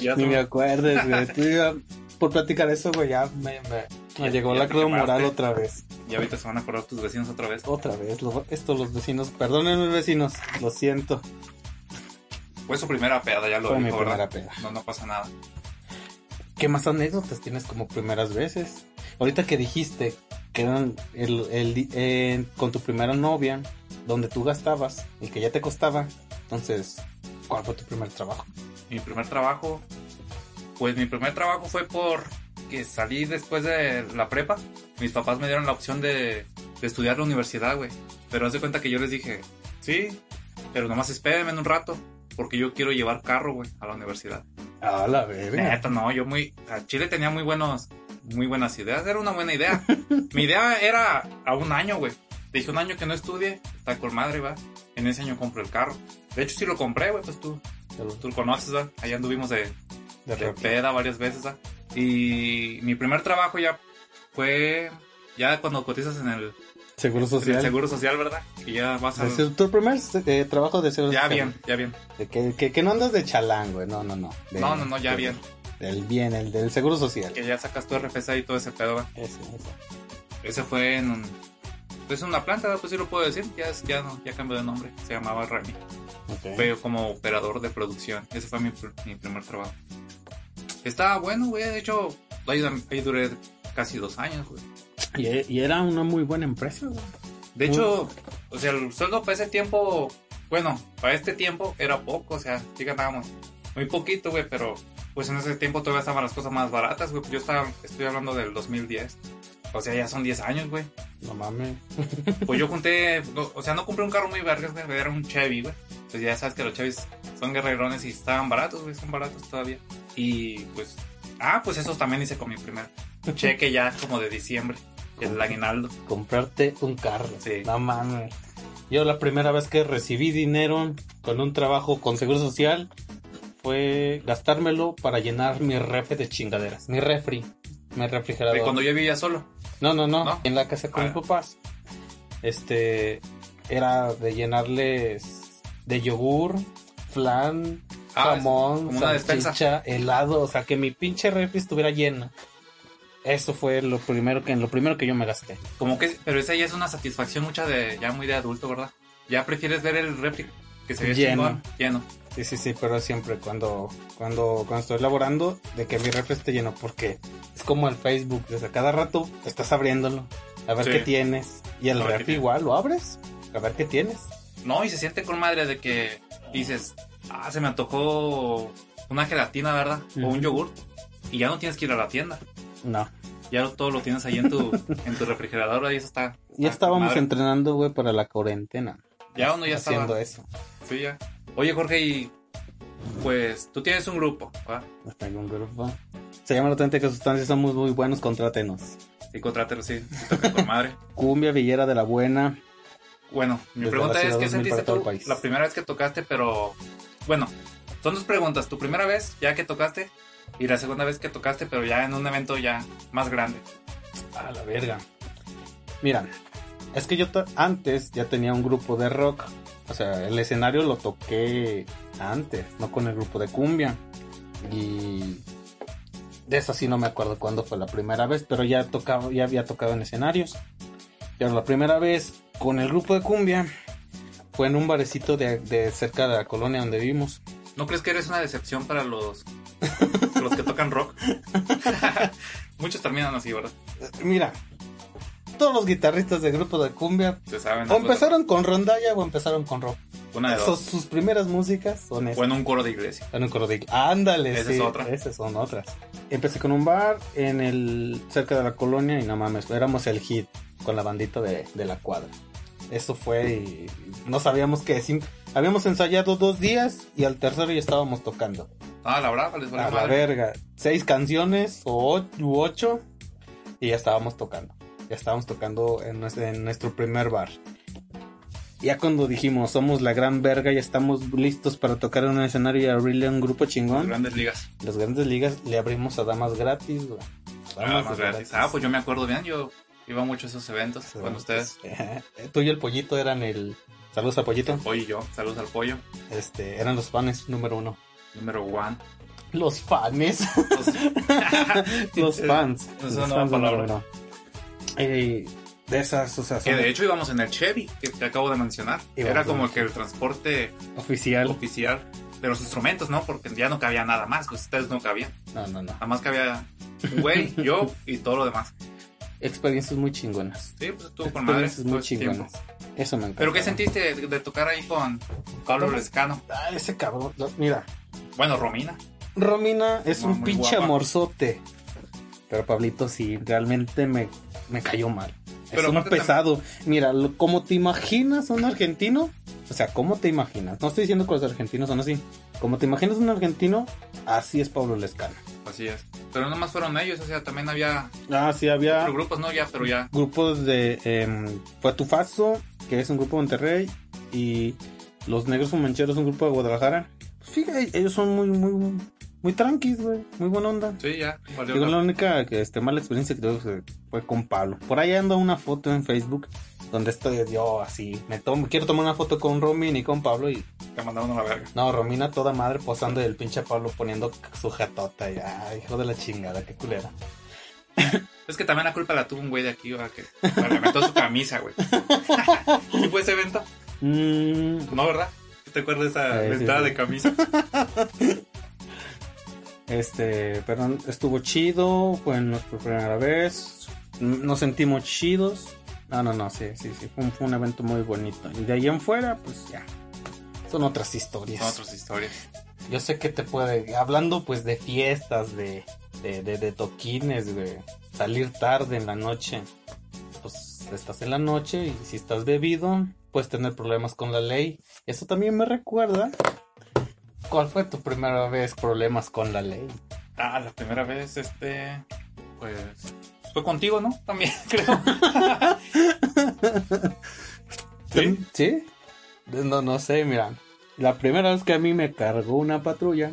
[SPEAKER 3] Ya
[SPEAKER 2] Ni
[SPEAKER 3] son-
[SPEAKER 2] me acuerdes, güey. Tú ya- por platicar eso, güey, ya me, me- me
[SPEAKER 3] Ya-
[SPEAKER 2] llegó
[SPEAKER 3] ya
[SPEAKER 2] la
[SPEAKER 3] te
[SPEAKER 2] cruda moral
[SPEAKER 3] quemaste.
[SPEAKER 2] otra vez.
[SPEAKER 3] Y ahorita se van a acordar tus vecinos otra vez.
[SPEAKER 2] Otra vez. lo- esto, los vecinos. Perdónenme, vecinos. Lo siento.
[SPEAKER 3] Fue su primera peda, ya lo
[SPEAKER 2] Fue mi
[SPEAKER 3] dijo, ¿verdad?
[SPEAKER 2] primera peda.
[SPEAKER 3] No, no pasa nada.
[SPEAKER 2] ¿Qué más anécdotas tienes como primeras veces? Ahorita que dijiste que eran el, el di- eh, con tu primera novia, donde tú gastabas y que ya te costaba. Entonces, ¿cuál fue tu primer trabajo?
[SPEAKER 3] Mi primer trabajo, pues mi primer trabajo fue por que salí después de la prepa. Mis papás me dieron la opción de, de estudiar la universidad, güey. Pero haz de cuenta que yo les dije, sí, pero nomás espérenme en un rato, porque yo quiero llevar carro, güey, a la universidad.
[SPEAKER 2] A la verga.
[SPEAKER 3] Neta, no, yo muy. A Chile tenía muy buenos. Muy buenas ideas. Era una buena idea. Mi idea era a un año, güey. Te Dije un año que no estudie. Está con madre, va. En ese año compré el carro. De hecho, sí lo compré, güey. Pues tú, tú lo conoces, va. Allá anduvimos de,
[SPEAKER 2] De
[SPEAKER 3] de
[SPEAKER 2] repente.
[SPEAKER 3] peda varias veces, va. Y mi primer trabajo ya fue. Ya cuando cotizas en el,
[SPEAKER 2] Seguro
[SPEAKER 3] en el
[SPEAKER 2] social.
[SPEAKER 3] seguro social, ¿verdad? Que ya vas a.
[SPEAKER 2] Ese- Tu primer eh, trabajo de seguro
[SPEAKER 3] Ya
[SPEAKER 2] social.
[SPEAKER 3] bien, ya bien.
[SPEAKER 2] De que, que, que no andas de chalán, güey. No, no, no. De-
[SPEAKER 3] No, no, no, ya
[SPEAKER 2] de-
[SPEAKER 3] bien.
[SPEAKER 2] Del bien, el del seguro social.
[SPEAKER 3] Que ya sacas tu RFC y todo ese pedo, va.
[SPEAKER 2] Ese, ese.
[SPEAKER 3] Ese fue en un- pues en una planta, pues sí lo puedo decir, ya, es- ya, no, ya cambió de nombre, se llamaba Remy.
[SPEAKER 2] Ok.
[SPEAKER 3] Fue como operador de producción, ese fue mi, pr- mi primer trabajo. Estaba bueno, güey, de hecho, ahí, ahí duré casi dos años, güey.
[SPEAKER 2] Y, e- y era una muy buena empresa, güey.
[SPEAKER 3] De hecho, o sea, el sueldo para ese tiempo, bueno, para este tiempo era poco, o sea, sí ganábamos muy poquito, güey, pero pues en ese tiempo todavía estaban las cosas más baratas, güey. Yo estaba, estoy hablando del 2010, o sea, ya son 10 años, güey.
[SPEAKER 2] No mames.
[SPEAKER 3] Pues yo junté, no, o sea, no compré un carro muy vergas, güey, era un Chevy, güey. Pues ya sabes que los Chevys son guerrerones y estaban baratos, güey, son baratos todavía. Y pues, ah, pues esos también hice con mi primer cheque ya como de diciembre, el aguinaldo.
[SPEAKER 2] Comprarte un carro.
[SPEAKER 3] Sí.
[SPEAKER 2] No mames. Yo la primera vez que recibí dinero con un trabajo con seguro social fue gastármelo para llenar mi refri de chingaderas. Mi refri. Mi
[SPEAKER 3] De
[SPEAKER 2] refrigerador.
[SPEAKER 3] cuando yo vivía solo.
[SPEAKER 2] No, no, no,
[SPEAKER 3] ¿No?
[SPEAKER 2] En la casa con
[SPEAKER 3] Ah.
[SPEAKER 2] mis papás. Este. Era de llenarles de yogur, flan,
[SPEAKER 3] Ah,
[SPEAKER 2] jamón,
[SPEAKER 3] como una despensa.
[SPEAKER 2] salchicha, helado. O sea, que mi pinche refri estuviera llena. Eso fue lo primero que, lo primero que yo me gasté.
[SPEAKER 3] Como que, pero esa ya es una satisfacción mucha de, ya muy de adulto, ¿verdad? Ya prefieres ver el réplica que se ve
[SPEAKER 2] Lleno.
[SPEAKER 3] chingón, lleno.
[SPEAKER 2] Sí, sí, sí, pero siempre cuando, cuando, cuando estoy elaborando, de que mi refri esté lleno, porque es como el Facebook, desde cada rato estás abriéndolo, a ver
[SPEAKER 3] Sí.
[SPEAKER 2] qué tienes. Y el
[SPEAKER 3] A ver qué
[SPEAKER 2] refri
[SPEAKER 3] tiene.
[SPEAKER 2] igual, lo abres, a ver qué tienes.
[SPEAKER 3] No, y se siente con madre de que dices, ah, se me antojó una gelatina, ¿verdad? O
[SPEAKER 2] Ujú.
[SPEAKER 3] un yogur. Y ya no tienes que ir a la tienda.
[SPEAKER 2] No.
[SPEAKER 3] Ya lo- todo lo tienes ahí en tu, en tu refrigerador, ahí eso está.
[SPEAKER 2] Ya
[SPEAKER 3] está
[SPEAKER 2] estábamos
[SPEAKER 3] Ah, madre.
[SPEAKER 2] entrenando, güey, para la cuarentena.
[SPEAKER 3] Ya uno ya
[SPEAKER 2] haciendo
[SPEAKER 3] estaba.
[SPEAKER 2] eso.
[SPEAKER 3] Sí, ya. Oye, Jorge, y pues tú tienes un grupo, ¿va?
[SPEAKER 2] Nos traigo un grupo. Se llama la auténtica sustancia, somos muy buenos, contrátenos.
[SPEAKER 3] Y contrátelo, sí, sí toca con madre.
[SPEAKER 2] Cumbia Villera de la Buena.
[SPEAKER 3] Bueno,
[SPEAKER 2] Desde
[SPEAKER 3] mi
[SPEAKER 2] la
[SPEAKER 3] pregunta es,
[SPEAKER 2] ciudad
[SPEAKER 3] ¿qué
[SPEAKER 2] 2000
[SPEAKER 3] sentiste
[SPEAKER 2] para todo
[SPEAKER 3] tú
[SPEAKER 2] el país.
[SPEAKER 3] la primera vez que tocaste? Pero, bueno, son dos preguntas. Tu primera vez, ya que tocaste, y la segunda vez que tocaste, pero ya en un evento ya más grande.
[SPEAKER 2] A la verga. Mira, es que yo ta- antes ya tenía un grupo de rock. O sea, el escenario lo toqué antes, no con el grupo de cumbia. Y de eso sí no me acuerdo cuándo fue la primera vez, pero ya tocaba, ya había tocado en escenarios. Claro, la primera vez con el grupo de cumbia fue en un barecito de, de cerca de la colonia donde vivimos.
[SPEAKER 3] ¿No crees que eres una decepción para los, los que tocan rock? Muchos terminan así, ¿verdad?
[SPEAKER 2] Eh, Mira, todos los guitarristas de grupo de cumbia
[SPEAKER 3] Se saben.
[SPEAKER 2] o
[SPEAKER 3] algo de-
[SPEAKER 2] empezaron con rondalla o empezaron con rock.
[SPEAKER 3] Una de
[SPEAKER 2] Sus,
[SPEAKER 3] dos.
[SPEAKER 2] sus primeras músicas son
[SPEAKER 3] O
[SPEAKER 2] esas.
[SPEAKER 3] en un coro de iglesia.
[SPEAKER 2] En un coro de- Ándale,
[SPEAKER 3] Esa
[SPEAKER 2] sí,
[SPEAKER 3] es otra.
[SPEAKER 2] Esas son otras. Empecé con un bar en el cerca de la colonia y no mames, éramos el hit con la bandita de, de la cuadra. Eso fue y no sabíamos qué. sim- habíamos ensayado dos días y al tercero ya estábamos tocando.
[SPEAKER 3] Ah, la brava, les vale
[SPEAKER 2] a la
[SPEAKER 3] madre.
[SPEAKER 2] verga. Seis canciones o och- u ocho y ya estábamos tocando. Ya estábamos tocando en nuestro, en nuestro primer bar. Ya cuando dijimos, somos la gran verga, ya estamos listos para tocar en un escenario y abrirle a un grupo
[SPEAKER 3] Las
[SPEAKER 2] chingón.
[SPEAKER 3] grandes ligas.
[SPEAKER 2] Las grandes ligas le abrimos a damas gratis, güey.
[SPEAKER 3] Ah, más gratis. Ah, pues yo me acuerdo bien, yo iba mucho a esos eventos con ustedes.
[SPEAKER 2] Tú y el pollito eran el. Saludos a pollito.
[SPEAKER 3] Pollo y yo, saludos al pollo.
[SPEAKER 2] Este, eran los fans número uno.
[SPEAKER 3] Número one.
[SPEAKER 2] Los fans.
[SPEAKER 3] Entonces,
[SPEAKER 2] los fans.
[SPEAKER 3] Esa es
[SPEAKER 2] Los
[SPEAKER 3] una
[SPEAKER 2] fans
[SPEAKER 3] nueva
[SPEAKER 2] número uno. Eh, de esas, o sea,
[SPEAKER 3] que
[SPEAKER 2] son
[SPEAKER 3] de hecho íbamos en el Chevy, que te acabo de mencionar.
[SPEAKER 2] Y
[SPEAKER 3] Era
[SPEAKER 2] vamos
[SPEAKER 3] como
[SPEAKER 2] en-
[SPEAKER 3] que el transporte
[SPEAKER 2] oficial.
[SPEAKER 3] oficial de los instrumentos, ¿no? Porque ya no cabía nada más, pues ustedes no cabían.
[SPEAKER 2] No, no, no.
[SPEAKER 3] Nada más cabía un güey, yo y todo lo demás.
[SPEAKER 2] Experiencias muy chingonas.
[SPEAKER 3] Sí, pues estuvo con madre.
[SPEAKER 2] Experiencias muy
[SPEAKER 3] todo ese tiempo.
[SPEAKER 2] chingonas. Eso me encanta.
[SPEAKER 3] ¿Pero qué sentiste de, de tocar ahí con Pablo Lescano?
[SPEAKER 2] Ah, ese cabrón. no, Mira,
[SPEAKER 3] Bueno, Romina.
[SPEAKER 2] Romina es
[SPEAKER 3] Muy,
[SPEAKER 2] un
[SPEAKER 3] muy
[SPEAKER 2] pinche
[SPEAKER 3] guapa.
[SPEAKER 2] amorzote. Pero Pablito sí, realmente me, me cayó mal.
[SPEAKER 3] Pero
[SPEAKER 2] es un
[SPEAKER 3] aparte tam-
[SPEAKER 2] pesado. Mira, lo- como te imaginas un argentino, o sea, ¿cómo te imaginas? No estoy diciendo que los argentinos son así. Como te imaginas un argentino, así es Pablo Lescano.
[SPEAKER 3] Así es. Pero nomás fueron ellos, o sea, también había
[SPEAKER 2] Ah, sí, había
[SPEAKER 3] otros grupos, no ya, pero ya.
[SPEAKER 2] grupos de em, Fue tu Faso, que es un grupo de Monterrey, y Los Negros Fumancheros, un grupo de Guadalajara. Pues fíjate, ellos son muy, muy, muy tranquis, güey. Muy buena onda.
[SPEAKER 3] Sí, ya. valió
[SPEAKER 2] Digo,
[SPEAKER 3] la-
[SPEAKER 2] la única que, este, mala experiencia que tuve fue- fue con Pablo. Por ahí anda una foto en Facebook donde estoy yo así. Me tomo, quiero tomar una foto con Romin y con Pablo. Y
[SPEAKER 3] Te mandaron a la verga.
[SPEAKER 2] no, Romina toda madre posando y el pinche Pablo poniendo su jatota. Y, ay, hijo de la chingada, qué culera.
[SPEAKER 3] Es que también la culpa la tuvo un güey de aquí, ¿verdad? Que le aventó su camisa, güey. ¿Sí fue ese evento?
[SPEAKER 2] Mm,
[SPEAKER 3] No, ¿verdad? ¿Te acuerdas de esa
[SPEAKER 2] Sí, sí,
[SPEAKER 3] ventada
[SPEAKER 2] sí.
[SPEAKER 3] de camisa?
[SPEAKER 2] este, perdón, estuvo chido. Fue nuestra primera vez. mm, Nos sentimos chidos. No, no, no, sí, sí, sí. Fue un, fue un evento muy bonito. Y de ahí en fuera, pues ya. Son otras historias.
[SPEAKER 3] Son otras historias.
[SPEAKER 2] Yo sé que te puede. Hablando pues de fiestas, de, de, de, de toquines, de salir tarde en la noche. Pues estás en la noche y si estás bebido, puedes tener problemas con la ley. Eso también me recuerda. ¿Cuál fue tu primera vez problemas con la ley?
[SPEAKER 3] Ah, la primera vez, este. Pues. Fue contigo, ¿no? También, creo. ¿Sí?
[SPEAKER 2] ¿Sí? No, no sé, mira. La primera vez que a mí me cargó una patrulla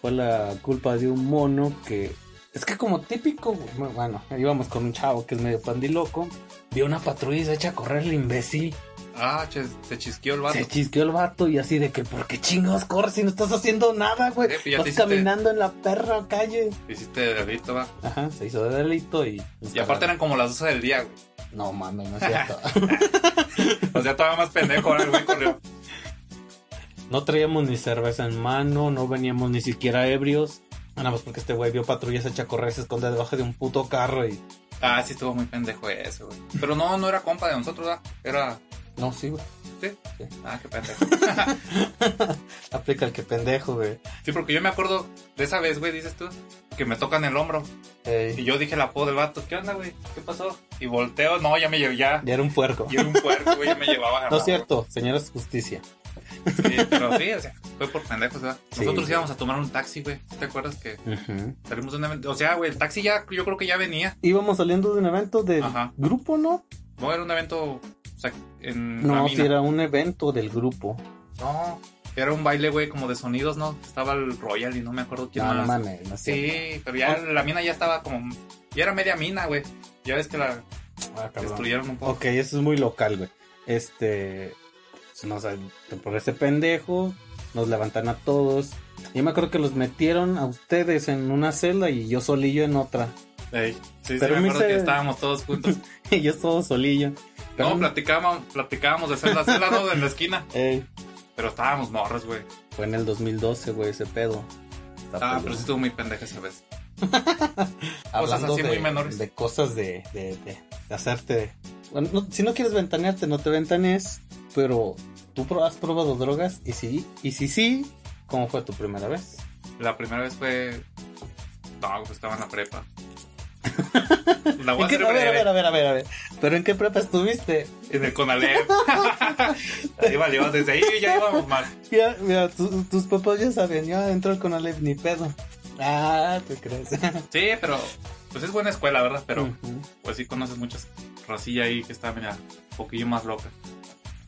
[SPEAKER 2] fue la culpa de un mono que... Es que como típico, güey, bueno, íbamos con un chavo que es medio pandiloco. Vio una patrulla y se echa a correr el imbécil.
[SPEAKER 3] Ah, che, se chisqueó el vato.
[SPEAKER 2] Se chisqueó el vato y así de que, ¿por qué chingados corres si no estás haciendo nada, güey?
[SPEAKER 3] Eh, pues ya
[SPEAKER 2] Estás
[SPEAKER 3] te hiciste-
[SPEAKER 2] caminando en la perra calle.
[SPEAKER 3] Hiciste delito, va.
[SPEAKER 2] Ajá, se hizo de delito y...
[SPEAKER 3] Y aparte eran como las 12 del día, güey.
[SPEAKER 2] No, mames, no es cierto.
[SPEAKER 3] O sea, todavía más pendejo, ahora el güey corrió.
[SPEAKER 2] No traíamos ni cerveza en mano, no veníamos ni siquiera ebrios. Nada más porque este güey vio patrullas hecha correr, se esconde debajo de un puto carro y.
[SPEAKER 3] Ah, sí, estuvo muy pendejo eso, güey. Pero no, no era compa de nosotros, ¿verdad? Era.
[SPEAKER 2] No, sí, güey.
[SPEAKER 3] Ah, qué pendejo.
[SPEAKER 2] Aplica el que pendejo, güey.
[SPEAKER 3] Sí, porque yo me acuerdo de esa vez, güey, dices tú, que me tocan el hombro. Y
[SPEAKER 2] Ey,
[SPEAKER 3] yo dije el apodo del vato, ¿qué onda, güey? ¿Qué pasó? Y volteo, no, ya me llevé, ya.
[SPEAKER 2] ya era un puerco.
[SPEAKER 3] Y era un puerco, güey, ya me llevaba.
[SPEAKER 2] No es cierto, señoras justicia.
[SPEAKER 3] Sí, pero sí, o sea, fue por pendejos, ¿verdad?
[SPEAKER 2] Sí,
[SPEAKER 3] Nosotros
[SPEAKER 2] sí.
[SPEAKER 3] íbamos a tomar un taxi, güey. ¿Te acuerdas que salimos de un evento? O sea, güey, el taxi ya, yo creo que ya venía.
[SPEAKER 2] Íbamos saliendo de un evento del
[SPEAKER 3] Ajá.
[SPEAKER 2] grupo, ¿no?
[SPEAKER 3] No, era un evento, o sea, en la
[SPEAKER 2] No,
[SPEAKER 3] mina.
[SPEAKER 2] sí, era un evento del grupo.
[SPEAKER 3] No, era un baile, güey, como de sonidos, ¿no? Estaba el Royal y no me acuerdo quién
[SPEAKER 2] No, no
[SPEAKER 3] más.
[SPEAKER 2] mames, no es cierto.
[SPEAKER 3] sí, pero ya la mina ya estaba como... Ya era media mina, güey. Ya ves que la
[SPEAKER 2] Ah, cabrón.
[SPEAKER 3] destruyeron un poco.
[SPEAKER 2] Ok, eso es muy local, güey. Este. pues, No sé, por ese pendejo, nos levantan a todos. Yo me acuerdo que los metieron a ustedes en una celda y yo solillo en otra.
[SPEAKER 3] Ey, sí, sí,
[SPEAKER 2] Pero
[SPEAKER 3] me
[SPEAKER 2] me
[SPEAKER 3] acuerdo
[SPEAKER 2] hice-
[SPEAKER 3] que estábamos todos juntos.
[SPEAKER 2] Y yo todo solillo.
[SPEAKER 3] No, platicábamos, platicábamos de hacer la celda ¿no? en la esquina.
[SPEAKER 2] Ey,
[SPEAKER 3] Pero estábamos morros, güey.
[SPEAKER 2] fue en el 2012, güey, ese pedo. Está
[SPEAKER 3] Ah,
[SPEAKER 2] pelón.
[SPEAKER 3] pero sí estuvo muy pendeja esa vez.
[SPEAKER 2] Hablando
[SPEAKER 3] así
[SPEAKER 2] de,
[SPEAKER 3] muy menores.
[SPEAKER 2] de cosas de, de- de- de hacerte. Bueno, no- si no quieres ventanearte, no te ventanees. Pero tú pro- has probado drogas y sí, y si sí, ¿cómo fue tu primera vez?
[SPEAKER 3] La primera vez fue. No, pues estaba en la prepa. La voy a
[SPEAKER 2] ¿En qué-
[SPEAKER 3] hacer
[SPEAKER 2] a ver, a
[SPEAKER 3] breve.
[SPEAKER 2] ver, a ver, a ver, a ver. ¿Pero en qué prepa estuviste?
[SPEAKER 3] En el Conalep. ahí valió, desde ahí ya íbamos mal.
[SPEAKER 2] Mira, mira, tu- tus papás ya saben, yo entro con Aleph ni pedo. Ah, ¿te crees?
[SPEAKER 3] Sí, pero. Pues es buena escuela, ¿verdad? Pero
[SPEAKER 2] Ujú.
[SPEAKER 3] pues sí conoces muchas racilla ahí que está, mira, un poquillo más loca.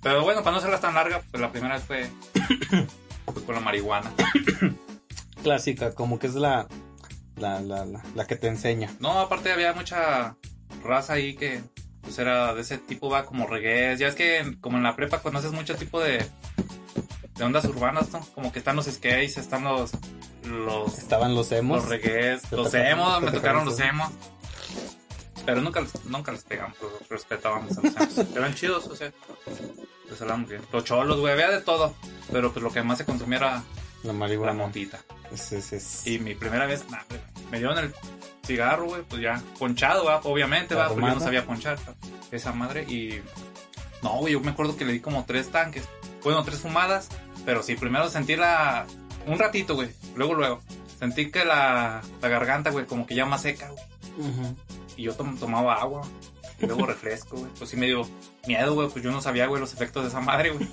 [SPEAKER 3] Pero bueno, para no hacerlas tan larga, pues la primera vez fue. fue con la marihuana.
[SPEAKER 2] Clásica, como que es la, la, la, la, la que te enseña.
[SPEAKER 3] No, aparte había mucha raza ahí que pues era de ese tipo, va como reggae. Ya es que en- como en la prepa conoces mucho tipo de, de ondas urbanas, ¿no? Como que están los skates, están los los,
[SPEAKER 2] Estaban los emos.
[SPEAKER 3] los reggaes,
[SPEAKER 2] Te
[SPEAKER 3] los
[SPEAKER 2] tocaron-
[SPEAKER 3] emos,
[SPEAKER 2] te
[SPEAKER 3] me tocaron
[SPEAKER 2] tocaron
[SPEAKER 3] los
[SPEAKER 2] esos.
[SPEAKER 3] emos. Pero nunca, los- nunca los pegamos, los respetábamos a los emos. Eran chidos, o sea, los hablábamos bien. Los cholos, güey, había de todo. Pero pues lo que más se consumía era
[SPEAKER 2] la
[SPEAKER 3] la
[SPEAKER 2] marihuana.
[SPEAKER 3] motita.
[SPEAKER 2] Es- es- es-
[SPEAKER 3] Y mi primera vez, nah, güey, me dieron el cigarro, güey, pues ya ponchado, ¿va? obviamente, ¿va? porque yo no
[SPEAKER 2] Arrumado.
[SPEAKER 3] sabía ponchar ¿va? esa madre. Y no, güey, yo me acuerdo que le di como tres tanques, bueno, tres fumadas, pero sí, primero sentí la. Un ratito, güey, luego, luego. Sentí que la, la garganta, güey, como que ya más seca, güey.
[SPEAKER 2] Ujú.
[SPEAKER 3] Y yo tom- tomaba agua, y luego refresco, güey. Pues sí me dio miedo, güey, pues yo no sabía, güey, los efectos de esa madre, güey.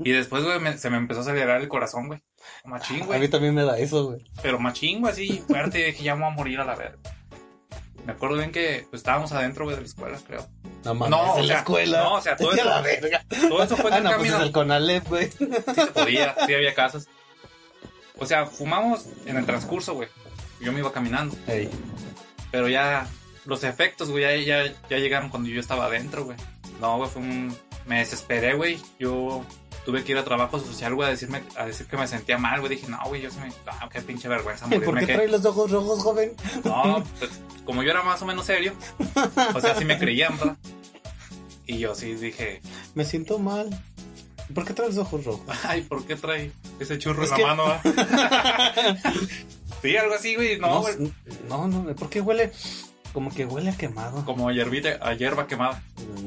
[SPEAKER 3] Y después, güey, me- se me empezó a acelerar el corazón, güey. Machín,
[SPEAKER 2] A
[SPEAKER 3] güey.
[SPEAKER 2] mí también me da eso, güey.
[SPEAKER 3] Pero machín, güey, así fuerte, de que ya me voy a morir a la verga. Me acuerdo bien que pues, estábamos adentro, güey, de la escuela, creo.
[SPEAKER 2] No mames,
[SPEAKER 3] No,
[SPEAKER 2] en
[SPEAKER 3] o
[SPEAKER 2] la
[SPEAKER 3] sea,
[SPEAKER 2] escuela.
[SPEAKER 3] no, o sea, todo
[SPEAKER 2] Vete a
[SPEAKER 3] eso-
[SPEAKER 2] la verga.
[SPEAKER 3] Todo eso fue en
[SPEAKER 2] Ah,
[SPEAKER 3] el
[SPEAKER 2] no, pues
[SPEAKER 3] camino.
[SPEAKER 2] es el Conalep, güey.
[SPEAKER 3] Sí se podía, sí había casas. O sea, fumamos en el transcurso, güey. Yo me iba caminando.
[SPEAKER 2] Ey,
[SPEAKER 3] Pero ya los efectos, güey, ya, ya, ya llegaron cuando yo estaba adentro, güey. No, güey, fue un... Me desesperé, güey. Yo tuve que ir a trabajo social, güey, a, decirme, a decir que me sentía mal, güey. Dije, no, güey, yo se me... Ah, qué pinche vergüenza
[SPEAKER 2] ¿Por
[SPEAKER 3] morirme.
[SPEAKER 2] qué
[SPEAKER 3] qué-
[SPEAKER 2] trae los ojos rojos, joven?
[SPEAKER 3] No, pues, como yo era más o menos serio, o sea, sí me creían, ¿verdad? Y yo sí dije,
[SPEAKER 2] Me siento mal. ¿Por qué trae los ojos rojos?
[SPEAKER 3] ay, ¿por qué trae ese churro
[SPEAKER 2] Es
[SPEAKER 3] en
[SPEAKER 2] que-
[SPEAKER 3] la mano? ah?" sí, algo así, güey, no, güey.
[SPEAKER 2] no, no, ¿por qué huele? Como que huele a quemado.
[SPEAKER 3] Como hierbita, a hierba quemada.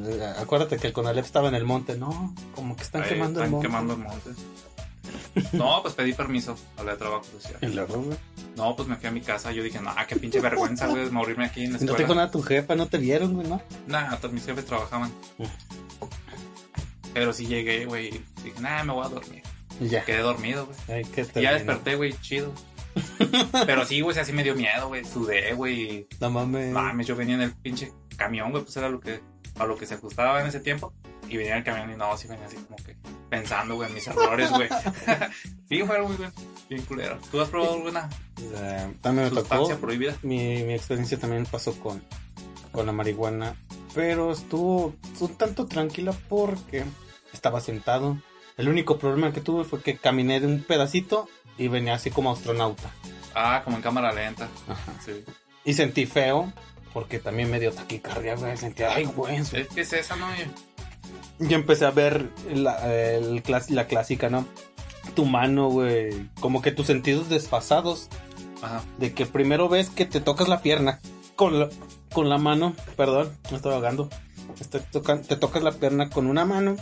[SPEAKER 2] Eh, Acuérdate que el Conalep estaba en el monte, ¿no? Como que están
[SPEAKER 3] Ahí
[SPEAKER 2] quemando el
[SPEAKER 3] están
[SPEAKER 2] monte.
[SPEAKER 3] quemando el monte. No, pues pedí permiso a la de trabajo social.
[SPEAKER 2] Y luego, güey.
[SPEAKER 3] No, pues me fui a mi casa. Yo dije, no, qué pinche vergüenza, güey, morirme aquí en
[SPEAKER 2] No
[SPEAKER 3] la
[SPEAKER 2] te dijo
[SPEAKER 3] escuela.
[SPEAKER 2] nada tu jefa, no te vieron, güey, ¿no?
[SPEAKER 3] Nah, todos mis jefes trabajaban. Pero sí llegué, güey. y Dije, nah, me voy a dormir.
[SPEAKER 2] Y Ya.
[SPEAKER 3] Quedé dormido, güey.
[SPEAKER 2] Ay, qué
[SPEAKER 3] Y ya
[SPEAKER 2] terrible.
[SPEAKER 3] desperté, güey, chido. Pero sí, güey, sí, así me dio miedo, güey. Sudé, güey.
[SPEAKER 2] No mames.
[SPEAKER 3] Mames, yo venía en el pinche camión, güey, pues era lo que, a lo que se ajustaba en ese tiempo. Y venía en el camión y no, sí venía así como que pensando, güey, en mis errores, güey. sí, fue algo muy bien, bien culero. ¿Tú has probado alguna
[SPEAKER 2] Eh, también me tocó.
[SPEAKER 3] sustancia prohibida?
[SPEAKER 2] mi, mi experiencia también pasó con, con la marihuana, pero estuvo un tanto tranquila porque estaba sentado. El único problema que tuve fue que caminé de un pedacito y venía así como astronauta.
[SPEAKER 3] Ah, como en cámara lenta. Sí.
[SPEAKER 2] Y sentí feo porque también me dio taquicardia, güey. Sentí, ay, güey. su-
[SPEAKER 3] Es que es esa, ¿no?
[SPEAKER 2] Y empecé a ver la, el clas- la clásica, ¿no? Tu mano, güey. Como que tus sentidos desfasados.
[SPEAKER 3] Ajá.
[SPEAKER 2] de que primero ves que te tocas la pierna con la, con la mano, perdón, me estaba ahogando. Te, toca- te tocas la pierna con una mano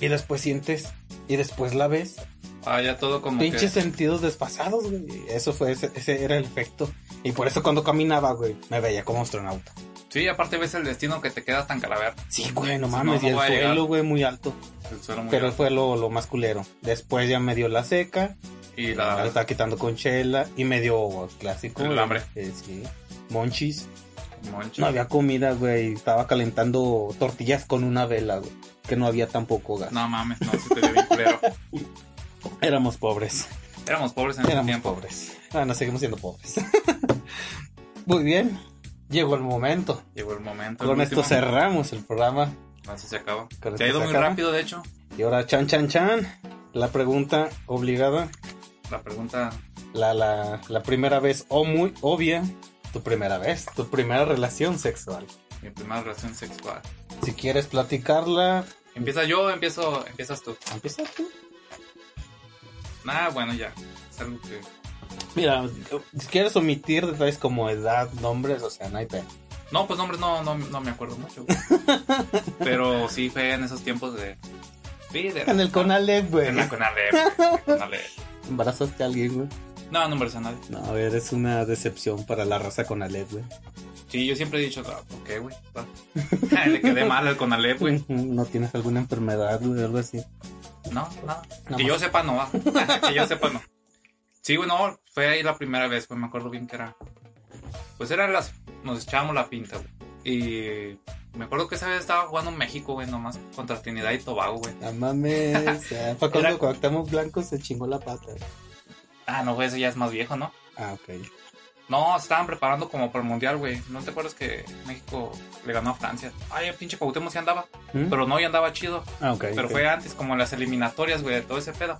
[SPEAKER 2] y después sientes y después la ves.
[SPEAKER 3] Ah, ya todo como
[SPEAKER 2] Pinches sentidos desfasados, güey. Eso fue, ese, ese era el efecto. Y por eso cuando caminaba, güey, me veía como astronauta.
[SPEAKER 3] que... Sí, aparte ves el destino que te quedas tan calavera.
[SPEAKER 2] Sí, güey, no
[SPEAKER 3] Sí,
[SPEAKER 2] mames.
[SPEAKER 3] no, no
[SPEAKER 2] y el
[SPEAKER 3] voy a llegar.
[SPEAKER 2] suelo, güey, muy alto.
[SPEAKER 3] El suelo muy
[SPEAKER 2] pero
[SPEAKER 3] alto.
[SPEAKER 2] fue lo, lo más culero. Después ya me dio la seca.
[SPEAKER 3] Y
[SPEAKER 2] Me
[SPEAKER 3] la...
[SPEAKER 2] estaba quitando con chela. Y me dio güey, clásico.
[SPEAKER 3] El
[SPEAKER 2] güey.
[SPEAKER 3] hambre.
[SPEAKER 2] Eh, sí. Monchis.
[SPEAKER 3] Moncho.
[SPEAKER 2] No había comida, güey. Estaba calentando tortillas con una vela, güey. Que no había tampoco gas.
[SPEAKER 3] No mames, no, sí te dio bien culero.
[SPEAKER 2] Éramos pobres.
[SPEAKER 3] Éramos pobres en ese
[SPEAKER 2] Éramos
[SPEAKER 3] tiempo.
[SPEAKER 2] pobres. Ah, no, seguimos siendo pobres. Muy bien. Llegó el momento.
[SPEAKER 3] Llegó el momento. el
[SPEAKER 2] Con esto
[SPEAKER 3] último.
[SPEAKER 2] cerramos el programa.
[SPEAKER 3] Así se acaba.
[SPEAKER 2] Con esto
[SPEAKER 3] Se ha ido
[SPEAKER 2] se
[SPEAKER 3] muy
[SPEAKER 2] acaba.
[SPEAKER 3] rápido, de hecho.
[SPEAKER 2] Y ahora, chan, chan, chan. La pregunta obligada.
[SPEAKER 3] La pregunta.
[SPEAKER 2] La, la, la primera vez o muy obvia. tu primera vez, tu primera relación sexual.
[SPEAKER 3] Mi primera relación sexual.
[SPEAKER 2] Si quieres platicarla,
[SPEAKER 3] ¿Empieza yo o empiezo, empiezas tú?
[SPEAKER 2] empieza tú.
[SPEAKER 3] Nah, bueno, ya. Es algo que.
[SPEAKER 2] Mira, si quieres omitir detalles como edad, nombres, o sea, no hay pe-
[SPEAKER 3] No, pues nombres no, no, no me acuerdo mucho. güey. Pero sí fue en esos tiempos de. Sí, de.
[SPEAKER 2] En el Conalep, güey.
[SPEAKER 3] En la Conalep, güey, en la Conalep.
[SPEAKER 2] Embarazaste a alguien, güey.
[SPEAKER 3] No, no embarazé a nadie.
[SPEAKER 2] No, a ver, es una decepción para la raza Conalep, güey.
[SPEAKER 3] Sí, yo siempre he dicho, ah, ¿por qué, güey? Va. Le quedé mal al Conalep, güey.
[SPEAKER 2] No tienes alguna enfermedad, güey, algo así.
[SPEAKER 3] No, no.
[SPEAKER 2] Nada
[SPEAKER 3] que
[SPEAKER 2] más.
[SPEAKER 3] yo sepa, no va. que yo sepa, no. Sí, güey, no. Fue ahí la primera vez, pues me acuerdo bien que era. Pues eran las. Nos echábamos la pinta, güey. Y. Me acuerdo que esa vez estaba jugando en México, güey, nomás contra Trinidad y Tobago, güey.
[SPEAKER 2] No mames. ya, Fue cuando Cuauhtémoc Blanco se chingó la pata.
[SPEAKER 3] Ah, no, güey, eso ya es más viejo, ¿no?
[SPEAKER 2] Ah, ok.
[SPEAKER 3] No, se estaban preparando como para el mundial, güey. ¿No te acuerdas que México le ganó a Francia? Ay, el pinche Cuauhtémoc sí andaba.
[SPEAKER 2] ¿Mm?
[SPEAKER 3] Pero no, ya andaba chido.
[SPEAKER 2] ah, ok.
[SPEAKER 3] Pero
[SPEAKER 2] ok.
[SPEAKER 3] fue antes, como en las eliminatorias, güey, de todo ese pedo.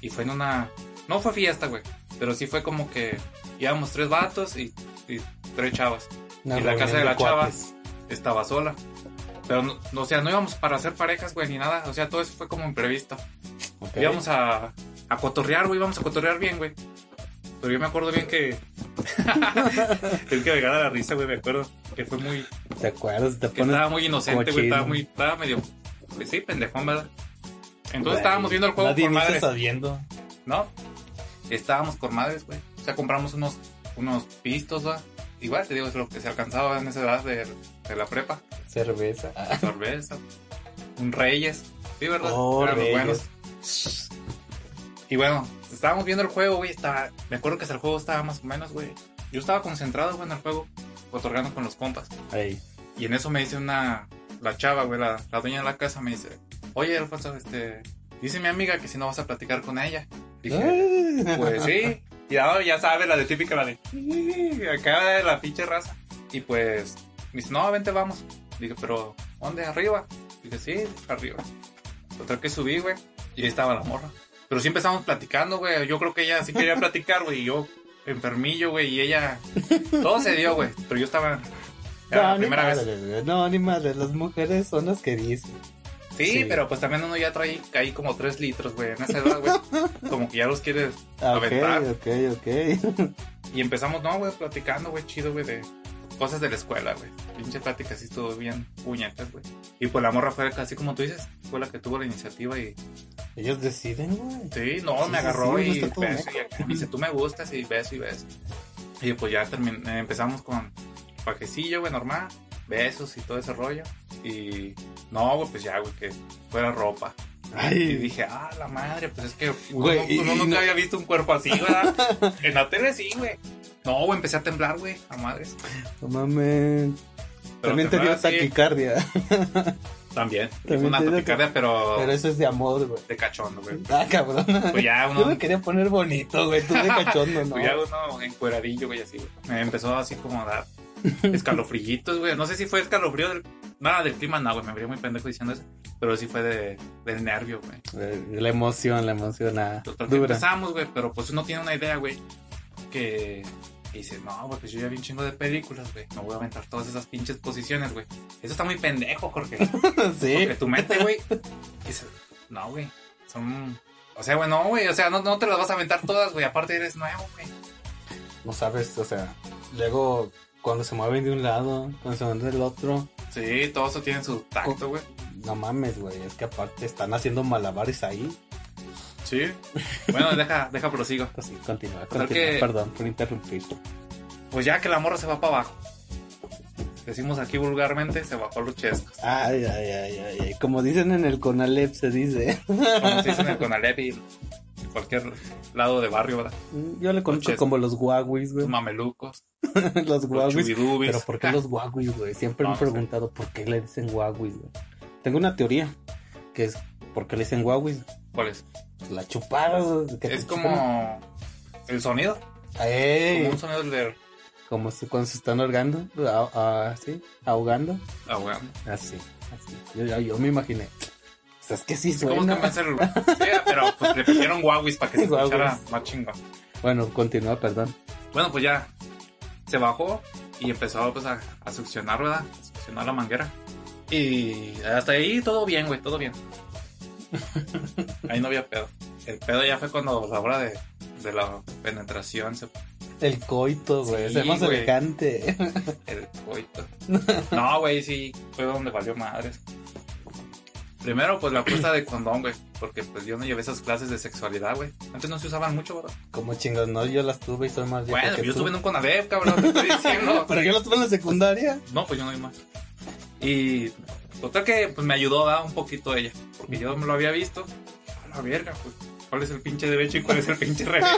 [SPEAKER 3] Y fue en una. No fue fiesta, güey. Pero sí fue como que íbamos tres vatos y, y tres chavas.
[SPEAKER 2] Una
[SPEAKER 3] en la casa
[SPEAKER 2] reunión
[SPEAKER 3] de la chava.
[SPEAKER 2] cuates.
[SPEAKER 3] Estaba sola. Pero, no, no, o sea, no íbamos para hacer parejas, güey, ni nada. O sea, todo eso fue como imprevisto.
[SPEAKER 2] Ok.
[SPEAKER 3] Íbamos a, a cotorrear, güey, íbamos a cotorrear bien, güey. Pero yo me acuerdo bien que. es que me gana la risa, güey, me acuerdo. Que fue muy.
[SPEAKER 2] ¿Te acuerdas? Te
[SPEAKER 3] Que
[SPEAKER 2] pones...
[SPEAKER 3] estaba muy inocente, güey.
[SPEAKER 2] cochino.
[SPEAKER 3] Estaba muy. Estaba medio. Pues sí, pendejón, ¿verdad? Entonces
[SPEAKER 2] Güey,
[SPEAKER 3] estábamos viendo el juego
[SPEAKER 2] Nadie
[SPEAKER 3] con
[SPEAKER 2] me
[SPEAKER 3] madres.
[SPEAKER 2] sabiendo.
[SPEAKER 3] ¿No? Estábamos con madres, güey. O sea, compramos unos, unos pistos, ¿va? Igual te digo, es lo que se alcanzaba en esa edad de, de la prepa.
[SPEAKER 2] Cerveza. Ah,
[SPEAKER 3] Cerveza. Un Reyes. Sí, ¿verdad?
[SPEAKER 2] Oh,
[SPEAKER 3] Eran los
[SPEAKER 2] Reyes.
[SPEAKER 3] buenos. Y bueno, estábamos viendo el juego, güey. Estaba... Me acuerdo que hasta el juego estaba más o menos, güey. Yo estaba concentrado, güey, en el juego, otorgando con los compas.
[SPEAKER 2] Ahí.
[SPEAKER 3] Y en eso me dice una. La chava, güey, la, la dueña de la casa, me dice: Oye, Alfonso, este. Dice mi amiga que si no vas a platicar con ella. Dije: pues sí. Y ahora ya sabe la de típica, la de. "Sí", Acá de la pinche raza. Y pues. Me dice, no, vente, vamos. Dije, pero, ¿dónde? ¿Arriba? Dije, sí, arriba. Total que subí, güey. Y ahí estaba la morra. Pero sí empezamos platicando, güey. Yo creo que ella sí quería platicar, güey. Y yo, enfermillo, güey. Y ella. Todo se dio, güey. Pero yo estaba.
[SPEAKER 2] Ah, No,
[SPEAKER 3] Era la
[SPEAKER 2] ni
[SPEAKER 3] primera vez.
[SPEAKER 2] madres, güey, no, ni madres, las mujeres son las que dicen.
[SPEAKER 3] Sí,
[SPEAKER 2] Sí.
[SPEAKER 3] pero pues también uno ya trae ahí como tres litros, güey. En esa edad, güey. Como que ya los quieres
[SPEAKER 2] Ah, Ok,
[SPEAKER 3] Aventar.
[SPEAKER 2] ok, ok.
[SPEAKER 3] Y empezamos, no, güey, platicando, güey, chido, güey, de cosas de la escuela, güey. Pinche plática así estuvo bien puñetas, güey. Y pues la morra fue así como tú dices, fue la que tuvo la iniciativa y...
[SPEAKER 2] Ellos deciden, güey.
[SPEAKER 3] Sí, no,
[SPEAKER 2] Sí,
[SPEAKER 3] me
[SPEAKER 2] sí,
[SPEAKER 3] agarró
[SPEAKER 2] sí,
[SPEAKER 3] y,
[SPEAKER 2] no está todo
[SPEAKER 3] beso y acá, me dice, tú me gustas y beso y beso. Y pues ya termin- eh, empezamos con paquecillo, güey, normal, besos y todo ese rollo. Y no, güey, pues ya, güey, que fuera ropa. Y
[SPEAKER 2] Ay,
[SPEAKER 3] dije, ah, la madre, pues es que
[SPEAKER 2] Güey,
[SPEAKER 3] uno,
[SPEAKER 2] y-
[SPEAKER 3] uno
[SPEAKER 2] y
[SPEAKER 3] nunca
[SPEAKER 2] no-
[SPEAKER 3] había visto un cuerpo así, ¿verdad? en la tele sí, güey. No, güey, empecé a temblar, güey, a madres.
[SPEAKER 2] no mames.
[SPEAKER 3] Pero
[SPEAKER 2] También te dio
[SPEAKER 3] temblaba así.
[SPEAKER 2] taquicardia. También
[SPEAKER 3] También. Fue una
[SPEAKER 2] te dio
[SPEAKER 3] taquicardia, pero,
[SPEAKER 2] Pero eso es de amor, güey.
[SPEAKER 3] de cachondo, güey.
[SPEAKER 2] Ah, cabrón.
[SPEAKER 3] Pues ya
[SPEAKER 2] Yo
[SPEAKER 3] uno,
[SPEAKER 2] me quería poner bonito, güey. Tú de cachondo, ¿no?
[SPEAKER 3] pues ya uno encueradillo, güey, así, güey. Me empezó así como a dar escalofrillitos, güey. No sé si fue escalofrío del... Nada, del clima, no, güey, me vería muy pendejo diciendo eso. Pero sí fue de, del nervio, güey.
[SPEAKER 2] Eh, La emoción, la emoción ah,
[SPEAKER 3] Total, que
[SPEAKER 2] dura.
[SPEAKER 3] empezamos, güey, pero pues uno tiene una idea, güey, que, que dice, no, güey, pues yo ya vi un chingo de películas, güey, no voy a aventar todas esas pinches posiciones, güey. Eso está muy pendejo, Jorge.
[SPEAKER 2] Sí.
[SPEAKER 3] Porque tu mente, güey, dice, no, güey, son... O sea, güey, no, güey, o sea, no, no te las vas a aventar todas, güey, aparte eres nuevo, güey.
[SPEAKER 2] No sabes, o sea, luego cuando se mueven de un lado, cuando se mueven del otro,
[SPEAKER 3] Sí, todo eso tiene su
[SPEAKER 2] Oh.
[SPEAKER 3] tacto, güey.
[SPEAKER 2] no mames, güey. Es que aparte están haciendo malabares ahí.
[SPEAKER 3] Sí. Bueno, deja, deja, prosigo.
[SPEAKER 2] Pues sí, continúa,
[SPEAKER 3] Total
[SPEAKER 2] continúa.
[SPEAKER 3] que-
[SPEAKER 2] Perdón por interrumpir.
[SPEAKER 3] Pues ya que la morra se va para abajo. Decimos aquí vulgarmente, se bajó los chescos.
[SPEAKER 2] Ay, ay, ay, ay, ay. Como dicen en el Conalep, se dice.
[SPEAKER 3] como se dice en el Conalep y cualquier lado de barrio, ¿verdad?
[SPEAKER 2] Yo le conozco
[SPEAKER 3] Coches.
[SPEAKER 2] como los guaguis,
[SPEAKER 3] Los
[SPEAKER 2] güey.
[SPEAKER 3] mamelucos,
[SPEAKER 2] los
[SPEAKER 3] los
[SPEAKER 2] guaguis.
[SPEAKER 3] chubidubis.
[SPEAKER 2] Pero ¿por qué los guaguis, güey? Siempre me
[SPEAKER 3] No,
[SPEAKER 2] he
[SPEAKER 3] no sé.
[SPEAKER 2] preguntado por qué le dicen guaguis, güey. Tengo una teoría, que es por qué le dicen guaguis.
[SPEAKER 3] ¿Cuál es?
[SPEAKER 2] La chupada, güey, que te
[SPEAKER 3] Es
[SPEAKER 2] chupan.
[SPEAKER 3] como el sonido,
[SPEAKER 2] ¡Ey!
[SPEAKER 3] como un sonido de
[SPEAKER 2] Como si cuando se están ahogando, a- a- así, ahogando.
[SPEAKER 3] ahogando.
[SPEAKER 2] Así, así. Yo, yo- yo me imaginé. O sea, es que sí
[SPEAKER 3] Sí, ¿Cómo
[SPEAKER 2] suena.
[SPEAKER 3] que me hace el... Sí, pero pues le pusieron guauis para que se escuchara
[SPEAKER 2] Guauis.
[SPEAKER 3] más chingón.
[SPEAKER 2] Bueno, continúa, perdón.
[SPEAKER 3] Bueno, pues ya se bajó y empezó pues, a, a succionar, ¿verdad? A succionar la manguera. Y hasta ahí todo bien, güey, todo bien. Ahí no había pedo. El pedo ya fue cuando la hora de, de la penetración se
[SPEAKER 2] El coito, güey.
[SPEAKER 3] Sí,
[SPEAKER 2] es más
[SPEAKER 3] güey.
[SPEAKER 2] elegante.
[SPEAKER 3] El coito. No, güey, sí, fue donde valió madres. Primero, pues la puesta de condón, güey. Porque pues yo no llevé esas clases de sexualidad, güey. Antes no se usaban mucho, ¿verdad?
[SPEAKER 2] Como chingos, no, yo las tuve y soy más viejo
[SPEAKER 3] Bueno,
[SPEAKER 2] que
[SPEAKER 3] yo
[SPEAKER 2] tú.
[SPEAKER 3] estuve en un Conadep, cabrón, te estoy diciendo.
[SPEAKER 2] Pero yo las tuve en la secundaria.
[SPEAKER 3] No, pues yo no vi más. Y total que pues me ayudó a un poquito ella. Porque yo me lo había visto. A la verga, pues. ¿Cuál es el pinche derecho y cuál es el pinche revés?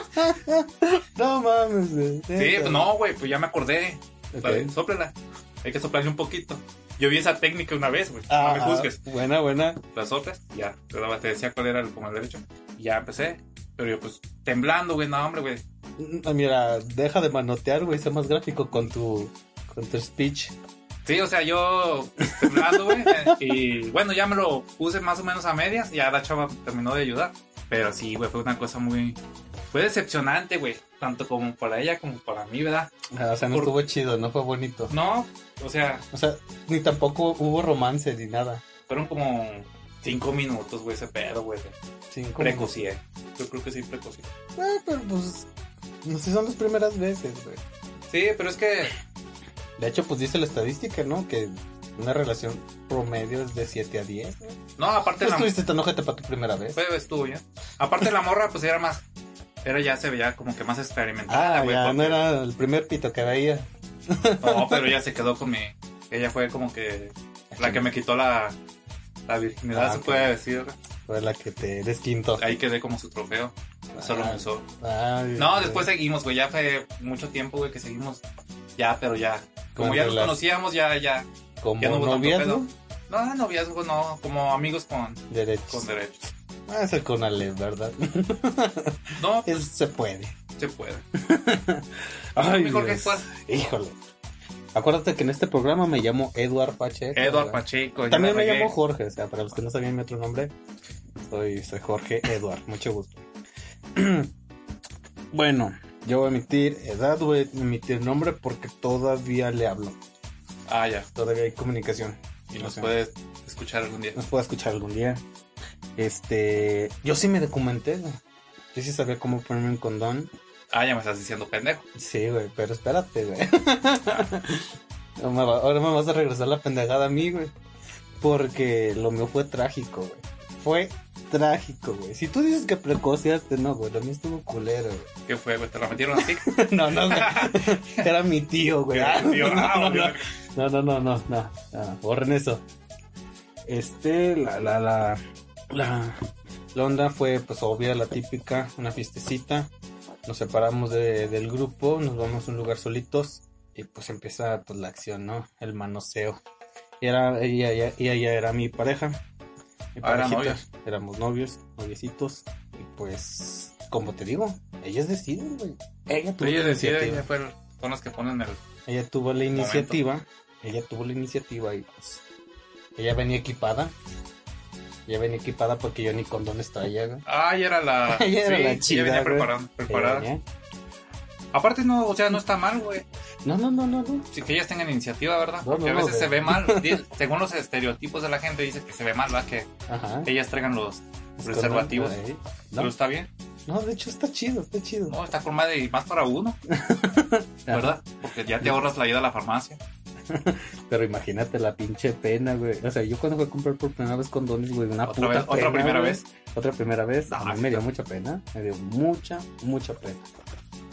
[SPEAKER 2] No mames, güey.
[SPEAKER 3] Sí,
[SPEAKER 2] Neta.
[SPEAKER 3] pues, no, güey, pues ya me acordé.
[SPEAKER 2] Ok.
[SPEAKER 3] Vale, sóplela. Hay que soplarle un poquito. Yo vi esa técnica una vez, güey.
[SPEAKER 2] Ah,
[SPEAKER 3] no me juzgues.
[SPEAKER 2] Buena, buena.
[SPEAKER 3] Las soplas, ya. Te, daba- te decía cuál era el, como el derecho. Y ya empecé. Pero yo, pues, temblando, güey. No, hombre, güey.
[SPEAKER 2] Mm, Mira, deja de manotear, güey. Sé más gráfico con tu, con tu speech.
[SPEAKER 3] Sí, o sea, yo pues, temblando, güey. eh, y bueno, ya me lo puse más o menos a medias. Ya la chava terminó de ayudar. Pero sí, güey, fue una cosa muy. Fue decepcionante, güey. Tanto como para ella como para mí, ¿verdad?
[SPEAKER 2] Ah, O sea, no
[SPEAKER 3] Por-
[SPEAKER 2] estuvo chido, no fue bonito.
[SPEAKER 3] No, o sea,
[SPEAKER 2] O sea, ni tampoco hubo romance ni nada.
[SPEAKER 3] fueron como cinco minutos, güey, ese pedo, güey. de-
[SPEAKER 2] Cinco
[SPEAKER 3] Precocié. Yo creo que sí, precocié.
[SPEAKER 2] Eh, pero pues. No sé, son las primeras veces, güey.
[SPEAKER 3] Sí, pero es que.
[SPEAKER 2] De hecho, pues dice la estadística, ¿no? Que una relación promedio es de 7 a 10. ¿no?
[SPEAKER 3] No, aparte
[SPEAKER 2] No
[SPEAKER 3] la
[SPEAKER 2] estuviste tan ojete para tu primera vez.
[SPEAKER 3] fue- estuvo bien. Aparte la morra, pues era más. Era ya se veía como que más experimentada,
[SPEAKER 2] Ah,
[SPEAKER 3] güey.
[SPEAKER 2] ya,
[SPEAKER 3] porque-
[SPEAKER 2] no era el primer pito que veía.
[SPEAKER 3] No, pero ella se quedó con mi. Ella fue como que. La que me quitó la. La virginidad,
[SPEAKER 2] Ah,
[SPEAKER 3] se
[SPEAKER 2] ok.
[SPEAKER 3] puede decir.
[SPEAKER 2] Fue la que te desquintó.
[SPEAKER 3] Ahí quedé como su trofeo.
[SPEAKER 2] Ah,
[SPEAKER 3] Solo me usó.
[SPEAKER 2] Ay,
[SPEAKER 3] No,
[SPEAKER 2] güey.
[SPEAKER 3] después seguimos, güey. Ya fue mucho tiempo, güey, que seguimos. Ya, pero ya. Como
[SPEAKER 2] Con
[SPEAKER 3] ya nos
[SPEAKER 2] relación.
[SPEAKER 3] conocíamos, ya, ya.
[SPEAKER 2] Como
[SPEAKER 3] ya no hubo tanto
[SPEAKER 2] noviazgo,
[SPEAKER 3] No, noviazgo, no. Como amigos con, con
[SPEAKER 2] derechos.
[SPEAKER 3] derechos.
[SPEAKER 2] Ah, es el Conalep, ¿verdad?
[SPEAKER 3] No, pues,
[SPEAKER 2] Es- se puede.
[SPEAKER 3] se puede.
[SPEAKER 2] Ay,
[SPEAKER 3] mejor que
[SPEAKER 2] Dios.
[SPEAKER 3] pueda.
[SPEAKER 2] Híjole. Acuérdate que en este programa me llamo Eduard Pacheco.
[SPEAKER 3] Edward
[SPEAKER 2] ¿verdad?
[SPEAKER 3] Pacheco. ya
[SPEAKER 2] También
[SPEAKER 3] la
[SPEAKER 2] me
[SPEAKER 3] regué.
[SPEAKER 2] llamo Jorge, o sea, para los que no sabían mi otro nombre, soy, soy Jorge Eduard, mucho gusto. bueno, yo voy a emitir edad, voy a emitir nombre porque todavía le hablo,
[SPEAKER 3] Ah, ya.
[SPEAKER 2] todavía hay comunicación.
[SPEAKER 3] Y nos
[SPEAKER 2] Ok.
[SPEAKER 3] puedes escuchar algún día.
[SPEAKER 2] Nos pueda escuchar algún día. Este, yo sí me documenté, güey. Yo sí sabía cómo ponerme un condón.
[SPEAKER 3] Ah, ya me estás diciendo pendejo.
[SPEAKER 2] Sí, güey, pero espérate, güey. No me va- Ahora me vas a regresar la pendejada a mí, güey. Porque lo mío fue trágico, güey. Fue trágico, güey. Si tú dices que precociaste, no, güey. Lo mío estuvo culero, güey.
[SPEAKER 3] ¿Qué fue, güey? ¿Te la metieron así?
[SPEAKER 2] No, no, güey. Era mi tío, güey.
[SPEAKER 3] Era tu tío, ah,
[SPEAKER 2] no, no,
[SPEAKER 3] obvio.
[SPEAKER 2] no, no, no, no, no, no. Borren eso. Este, la, la, la, la, la onda fue, pues, obvia, la típica, una fiestecita. Nos separamos de- del grupo, nos vamos a un lugar solitos y, pues, empieza, pues, la acción, ¿no? El manoseo. Y era, ella, ella, ella ya era mi pareja. Mi
[SPEAKER 3] Ah, eran
[SPEAKER 2] parejita.
[SPEAKER 3] novios.
[SPEAKER 2] Éramos novios, noviecitos. Y, pues, como te digo, ellas deciden, güey. Ella tuvo
[SPEAKER 3] Tú ya
[SPEAKER 2] la
[SPEAKER 3] decía,
[SPEAKER 2] iniciativa
[SPEAKER 3] ya fueron. Son las que ponen el.
[SPEAKER 2] ella tuvo la iniciativa, ella tuvo la iniciativa y pues ella venía equipada, ella venía equipada porque yo ni condones traía, güey.
[SPEAKER 3] Ah, ya era la.
[SPEAKER 2] Ella era la chida,
[SPEAKER 3] Ya venía
[SPEAKER 2] güey.
[SPEAKER 3] preparando, preparada.
[SPEAKER 2] Ella venía-
[SPEAKER 3] Aparte, no, o sea, no está mal, güey.
[SPEAKER 2] No, no, no, no, no.
[SPEAKER 3] Sí, que ellas tengan iniciativa, ¿verdad?
[SPEAKER 2] No, no,
[SPEAKER 3] Porque a
[SPEAKER 2] no,
[SPEAKER 3] veces
[SPEAKER 2] güey.
[SPEAKER 3] se ve mal. Di- Según los estereotipos de la gente, dice que se ve mal, ¿verdad? Que
[SPEAKER 2] Ajá.
[SPEAKER 3] ellas traigan los
[SPEAKER 2] Es
[SPEAKER 3] preservativos.
[SPEAKER 2] correcto, eh.
[SPEAKER 3] Pero
[SPEAKER 2] No,
[SPEAKER 3] está bien.
[SPEAKER 2] no, de hecho está chido, está chido.
[SPEAKER 3] No, está con madre y más para uno, ¿verdad? Porque ya te ahorras la ida a la farmacia.
[SPEAKER 2] Pero imagínate la pinche pena, güey. O sea, yo cuando fui a comprar por primera vez condones, güey, una
[SPEAKER 3] Otra,
[SPEAKER 2] puta
[SPEAKER 3] vez- otra
[SPEAKER 2] pena,
[SPEAKER 3] primera
[SPEAKER 2] güey.
[SPEAKER 3] vez.
[SPEAKER 2] Otra primera vez,
[SPEAKER 3] No,
[SPEAKER 2] a mí
[SPEAKER 3] sí
[SPEAKER 2] me dio
[SPEAKER 3] está-
[SPEAKER 2] mucha pena, me dio mucha, mucha pena.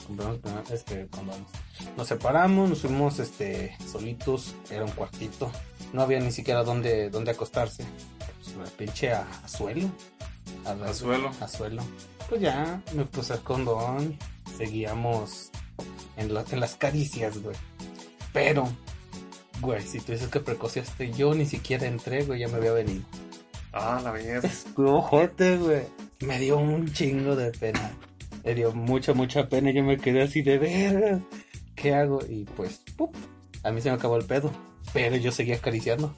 [SPEAKER 2] Compramos primero, este, condones. Nos separamos, nos fuimos este, solitos, era un cuartito. No había ni siquiera dónde, dónde acostarse. Pues, me pinche a, a suelo. A,
[SPEAKER 3] Al suelo.
[SPEAKER 2] a suelo. Pues ya, me puse el condón. Seguíamos en, la- en las caricias, güey. Pero, güey, si tú dices que precociaste, yo ni siquiera entré, güey, ya me había venido.
[SPEAKER 3] Ah, la verga.
[SPEAKER 2] Estuvo jote, güey. Me dio un chingo de pena. Me dio mucha, mucha pena. Yo me quedé así de verga. ¿Qué hago? Y pues, ¡pup! a mí se me acabó el pedo. Pero yo seguía acariciando.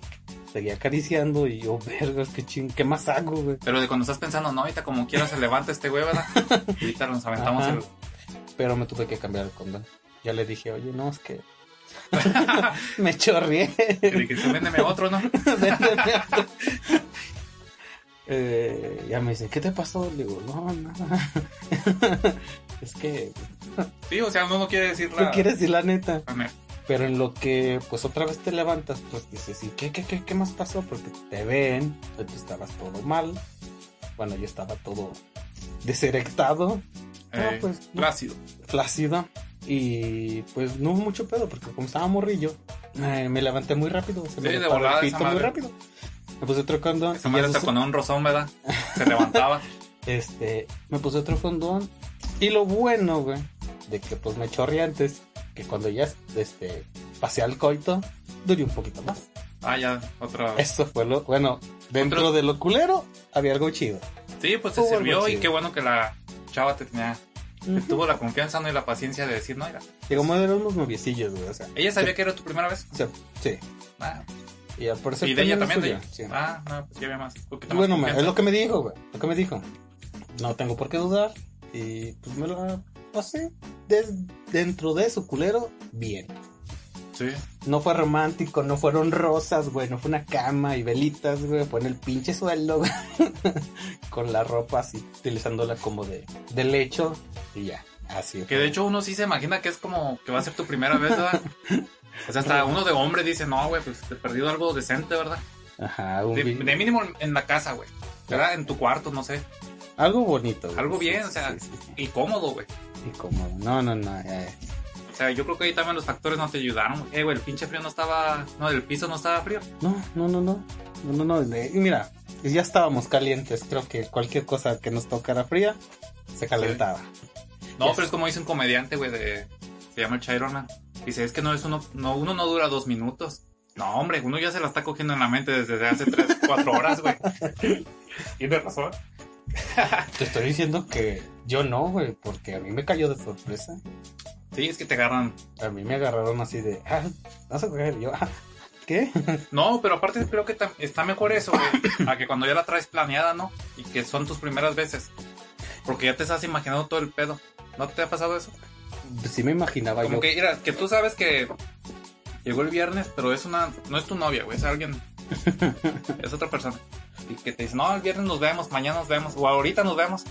[SPEAKER 2] Seguía acariciando y yo, vergas, qué ching, ¿qué más hago, güey?
[SPEAKER 3] Pero de cuando estás pensando, no, ahorita como quiera se levanta este güey, ¿verdad? Y ahorita nos aventamos
[SPEAKER 2] Ajá.
[SPEAKER 3] el...
[SPEAKER 2] Pero me tuve que cambiar el condón. Yo le dije, oye, no, es que me chorrié.
[SPEAKER 3] Y dije, tú véndeme otro, ¿no?
[SPEAKER 2] Eh, ya me dice, ¿qué te pasó? Le digo, no, nada. es que
[SPEAKER 3] Sí, o sea, uno no quiere decir
[SPEAKER 2] tú
[SPEAKER 3] la...
[SPEAKER 2] quieres decir la neta.
[SPEAKER 3] A ver,
[SPEAKER 2] Pero en lo que, pues otra vez te levantas, pues dices, ¿y qué, qué, qué, qué más pasó? Porque te ven, tú estabas todo mal. Bueno, yo estaba todo deserectado,
[SPEAKER 3] eh,
[SPEAKER 2] pues, no.
[SPEAKER 3] Plácido.
[SPEAKER 2] flácido. Y pues no hubo mucho pedo, porque como estaba morrillo, eh, me levanté muy rápido. Se me
[SPEAKER 3] Sí, de
[SPEAKER 2] levantaba el
[SPEAKER 3] volada
[SPEAKER 2] pito
[SPEAKER 3] esa
[SPEAKER 2] muy
[SPEAKER 3] madre.
[SPEAKER 2] rápido. Me puse otro condón.
[SPEAKER 3] Esa
[SPEAKER 2] y
[SPEAKER 3] madre
[SPEAKER 2] eso
[SPEAKER 3] hasta
[SPEAKER 2] sí-
[SPEAKER 3] con un rozón, ¿verdad? Se levantaba.
[SPEAKER 2] Este, me puse otro condón. Y lo bueno, güey, de que pues me chorré antes, que cuando ya este, pasé al coito, duré un poquito más.
[SPEAKER 3] Ah, ya, otra...
[SPEAKER 2] Eso fue lo, bueno, dentro
[SPEAKER 3] Otro-
[SPEAKER 2] de lo culero había algo chido.
[SPEAKER 3] Sí, pues te
[SPEAKER 2] Estuvo algo
[SPEAKER 3] sirvió y
[SPEAKER 2] chido.
[SPEAKER 3] qué bueno que la chava te tenía... Te tuvo la confianza, ¿no? Y la paciencia de decir, no, mira.
[SPEAKER 2] Llegamos a ver unos noviecillos, güey, o sea,
[SPEAKER 3] ¿Ella sabía que era tu primera vez?
[SPEAKER 2] o sea, sí.
[SPEAKER 3] Ah,
[SPEAKER 2] Y al parecer
[SPEAKER 3] y de ella también.
[SPEAKER 2] suya,
[SPEAKER 3] de-
[SPEAKER 2] sí.
[SPEAKER 3] Ah, no, pues ya había más. un poquito
[SPEAKER 2] Y
[SPEAKER 3] más
[SPEAKER 2] bueno, me- es
[SPEAKER 3] confianza.
[SPEAKER 2] lo que me dijo, güey, lo que me dijo. No tengo por qué dudar y pues me la pasé des- dentro de su culero bien.
[SPEAKER 3] Sí.
[SPEAKER 2] No fue romántico, no fueron rosas, güey, no fue una cama y velitas, güey, fue en el pinche suelo, güey, con la ropa así, utilizándola como de, de lecho y ya, así.
[SPEAKER 3] Que de hecho uno sí se imagina que es como que va a ser tu primera vez, ¿verdad? O sea, hasta uno de hombre dice, no, güey, pues te he perdido algo decente, ¿verdad?
[SPEAKER 2] Ajá, un
[SPEAKER 3] De,
[SPEAKER 2] bien-
[SPEAKER 3] de mínimo en la casa, güey. ¿Verdad? En tu cuarto, no sé.
[SPEAKER 2] algo bonito. güey.
[SPEAKER 3] Algo bien, o sea.
[SPEAKER 2] sí.
[SPEAKER 3] Y cómodo, güey.
[SPEAKER 2] Y como, no, no, no, eh,
[SPEAKER 3] O sea, yo creo que ahí también los factores no te ayudaron. Eh, güey, el pinche frío no estaba... No, el piso no estaba frío.
[SPEAKER 2] no, no, no, no, no, no, no, de- y mira, ya estábamos calientes, creo que cualquier cosa que nos tocara fría se calentaba.
[SPEAKER 3] No,
[SPEAKER 2] Yes.
[SPEAKER 3] pero es como dice un comediante, güey, de... Se llama el Chironan. Dice, es que no es uno... No, uno no dura dos minutos. No, hombre, uno ya se la está cogiendo en la mente desde hace tres, cuatro horas, güey. Tienes razón.
[SPEAKER 2] Te estoy diciendo que yo no, güey, porque a mí me cayó de sorpresa.
[SPEAKER 3] Sí, es que te agarran
[SPEAKER 2] A mí me agarraron así de, ah, vas a coger. Yo, ah, ¿qué?
[SPEAKER 3] No, pero aparte creo que tam- está mejor eso, güey, a que cuando ya la traes planeada, ¿no? Y que son tus primeras veces. Porque ya te estás imaginando todo el pedo. ¿No te ha pasado eso?
[SPEAKER 2] Pues Sí me imaginaba
[SPEAKER 3] Como
[SPEAKER 2] yo.
[SPEAKER 3] que, mira, que tú sabes que llegó el viernes, pero es una... No es tu novia, güey, es alguien... Es otra persona. Y que te dice, no, el viernes nos vemos, mañana nos vemos, o ahorita nos vemos.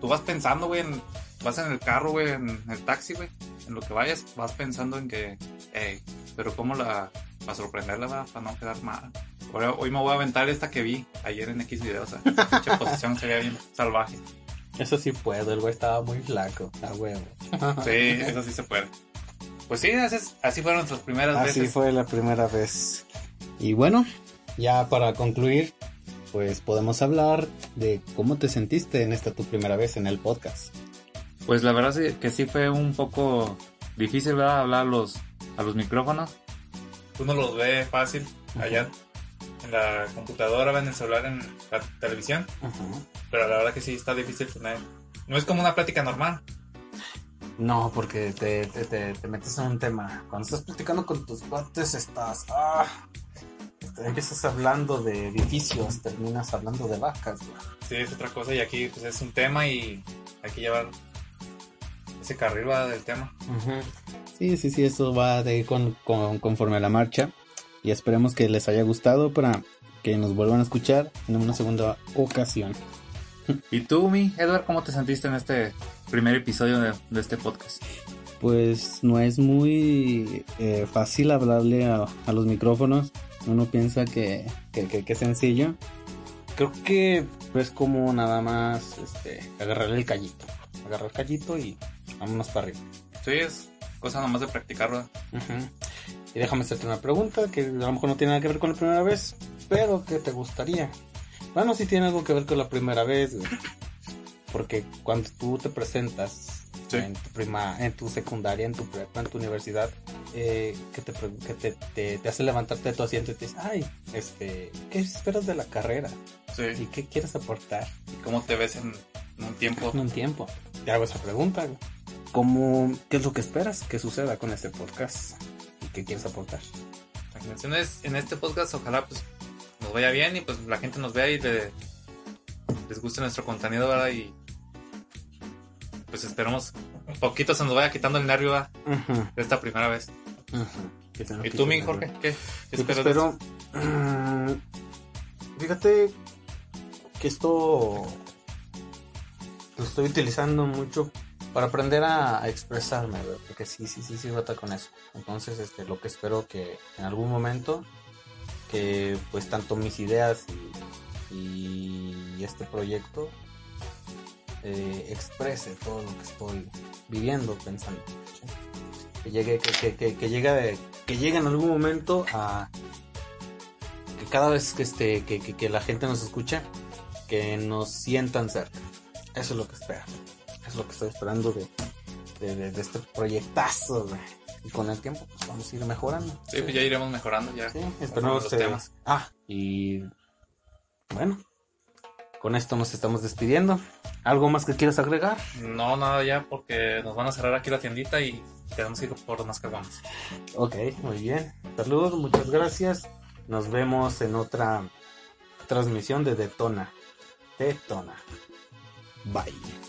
[SPEAKER 3] Tú vas pensando, güey, en- vas en el carro, güey, en el taxi, güey, en lo que vayas, vas pensando en que, hey, pero cómo la, para sorprenderla, va, para no quedar mal. Ahora, hoy me voy a aventar esta que vi ayer en X videos, o sea, pinche posición se veía bien salvaje.
[SPEAKER 2] Eso sí puedo, el güey estaba muy flaco, a huevo.
[SPEAKER 3] Sí, eso sí se puede. Pues sí, así, es- así fueron nuestras primeras
[SPEAKER 2] Así
[SPEAKER 3] veces.
[SPEAKER 2] fue la primera vez. Y bueno, ya para concluir, pues podemos hablar de cómo te sentiste en esta tu primera vez en el podcast.
[SPEAKER 3] Pues la verdad sí- que sí fue un poco difícil, ¿verdad? Hablar a los, a los micrófonos. Uno los ve fácil allá en la computadora, en el celular, en la televisión. Pero la verdad que sí está difícil tener. No es como una plática normal.
[SPEAKER 2] No, porque te, te, te- te metes en un tema. Cuando estás platicando con tus cuates, estás. ah, te empiezas hablando de edificios, terminas hablando de vacas. güey.
[SPEAKER 3] Sí, es otra cosa y aquí pues, es un tema y hay que llevar ese carril va del tema.
[SPEAKER 2] Sí, sí, sí, eso va de ir con, con- conforme a la marcha. Y esperemos que les haya gustado para que nos vuelvan a escuchar en una segunda ocasión.
[SPEAKER 3] ¿Y tú, mi Edward, cómo te sentiste en este primer episodio de, de este podcast?
[SPEAKER 4] pues no es muy eh, fácil hablarle a, a los micrófonos. Uno piensa que, que, que- que es sencillo.
[SPEAKER 2] Creo que es como nada más este, agarrar el callito. Agarrar el callito y vámonos para arriba.
[SPEAKER 3] Sí, es cosa nomás de practicarlo.
[SPEAKER 2] Ujú. Y déjame hacerte una pregunta que a lo mejor no tiene nada que ver con la primera vez, pero que te gustaría. Bueno, sí tiene algo que ver con la primera vez, güey. Porque cuando tú te presentas
[SPEAKER 3] Sí.
[SPEAKER 2] en, tu prima, en tu secundaria, en tu prepa, en tu universidad, eh, que, te, pre- que te, te- te hace levantarte de tu asiento y te dice, ay, este, ¿qué esperas de la carrera? ¿Y
[SPEAKER 3] Sí.
[SPEAKER 2] qué quieres aportar?
[SPEAKER 3] ¿Y cómo te ves en, en un tiempo?
[SPEAKER 2] en un tiempo. Te hago esa pregunta. güey. ¿Cómo, ¿Qué es lo que esperas que suceda con este podcast? ¿Y qué quieres aportar?
[SPEAKER 3] La intención es en este podcast, ojalá pues nos vaya bien y pues la gente nos vea y le- les guste nuestro contenido, ¿verdad? Y pues esperamos poquito se nos vaya quitando el nervio ¿verdad?
[SPEAKER 2] Ajá,
[SPEAKER 3] de esta primera vez.
[SPEAKER 2] ajá. Que te no
[SPEAKER 3] ¿Y
[SPEAKER 2] quite
[SPEAKER 3] tú, mi
[SPEAKER 2] nada.
[SPEAKER 3] Jorge? ¿Qué, qué
[SPEAKER 2] Yo te
[SPEAKER 3] esperas? de
[SPEAKER 2] espero. mm, fíjate que esto lo estoy utilizando mucho para aprender a, a expresarme, ¿verdad? porque sí, sí, sí, sí, rata con eso. Entonces, este, lo que espero que en algún momento, que pues tanto mis ideas y, y este proyecto eh, exprese todo lo que estoy viviendo, pensando. ¿sí? Que llegue, que, que, que, que llegue, que llegue en algún momento a que cada vez que este, que, que, que la gente nos escucha, que nos sientan cerca. Eso es lo que espero. Eso es lo que estoy esperando de, de, de- de este proyectazo, güey. Y con el tiempo, pues vamos a ir mejorando.
[SPEAKER 3] Sí, pues ya iremos mejorando ya.
[SPEAKER 2] Sí,
[SPEAKER 3] Conforme
[SPEAKER 2] esperamos
[SPEAKER 3] los
[SPEAKER 2] eh,
[SPEAKER 3] temas.
[SPEAKER 2] Ah, y bueno, con esto nos estamos despidiendo. ¿Algo más que quieras agregar?
[SPEAKER 3] No, nada ya, porque nos van a cerrar aquí la tiendita y tenemos que ir por más caguamas.
[SPEAKER 2] Ok, muy bien. Saludos, muchas gracias. Nos vemos en otra transmisión de Detona. Detona.
[SPEAKER 4] Bye.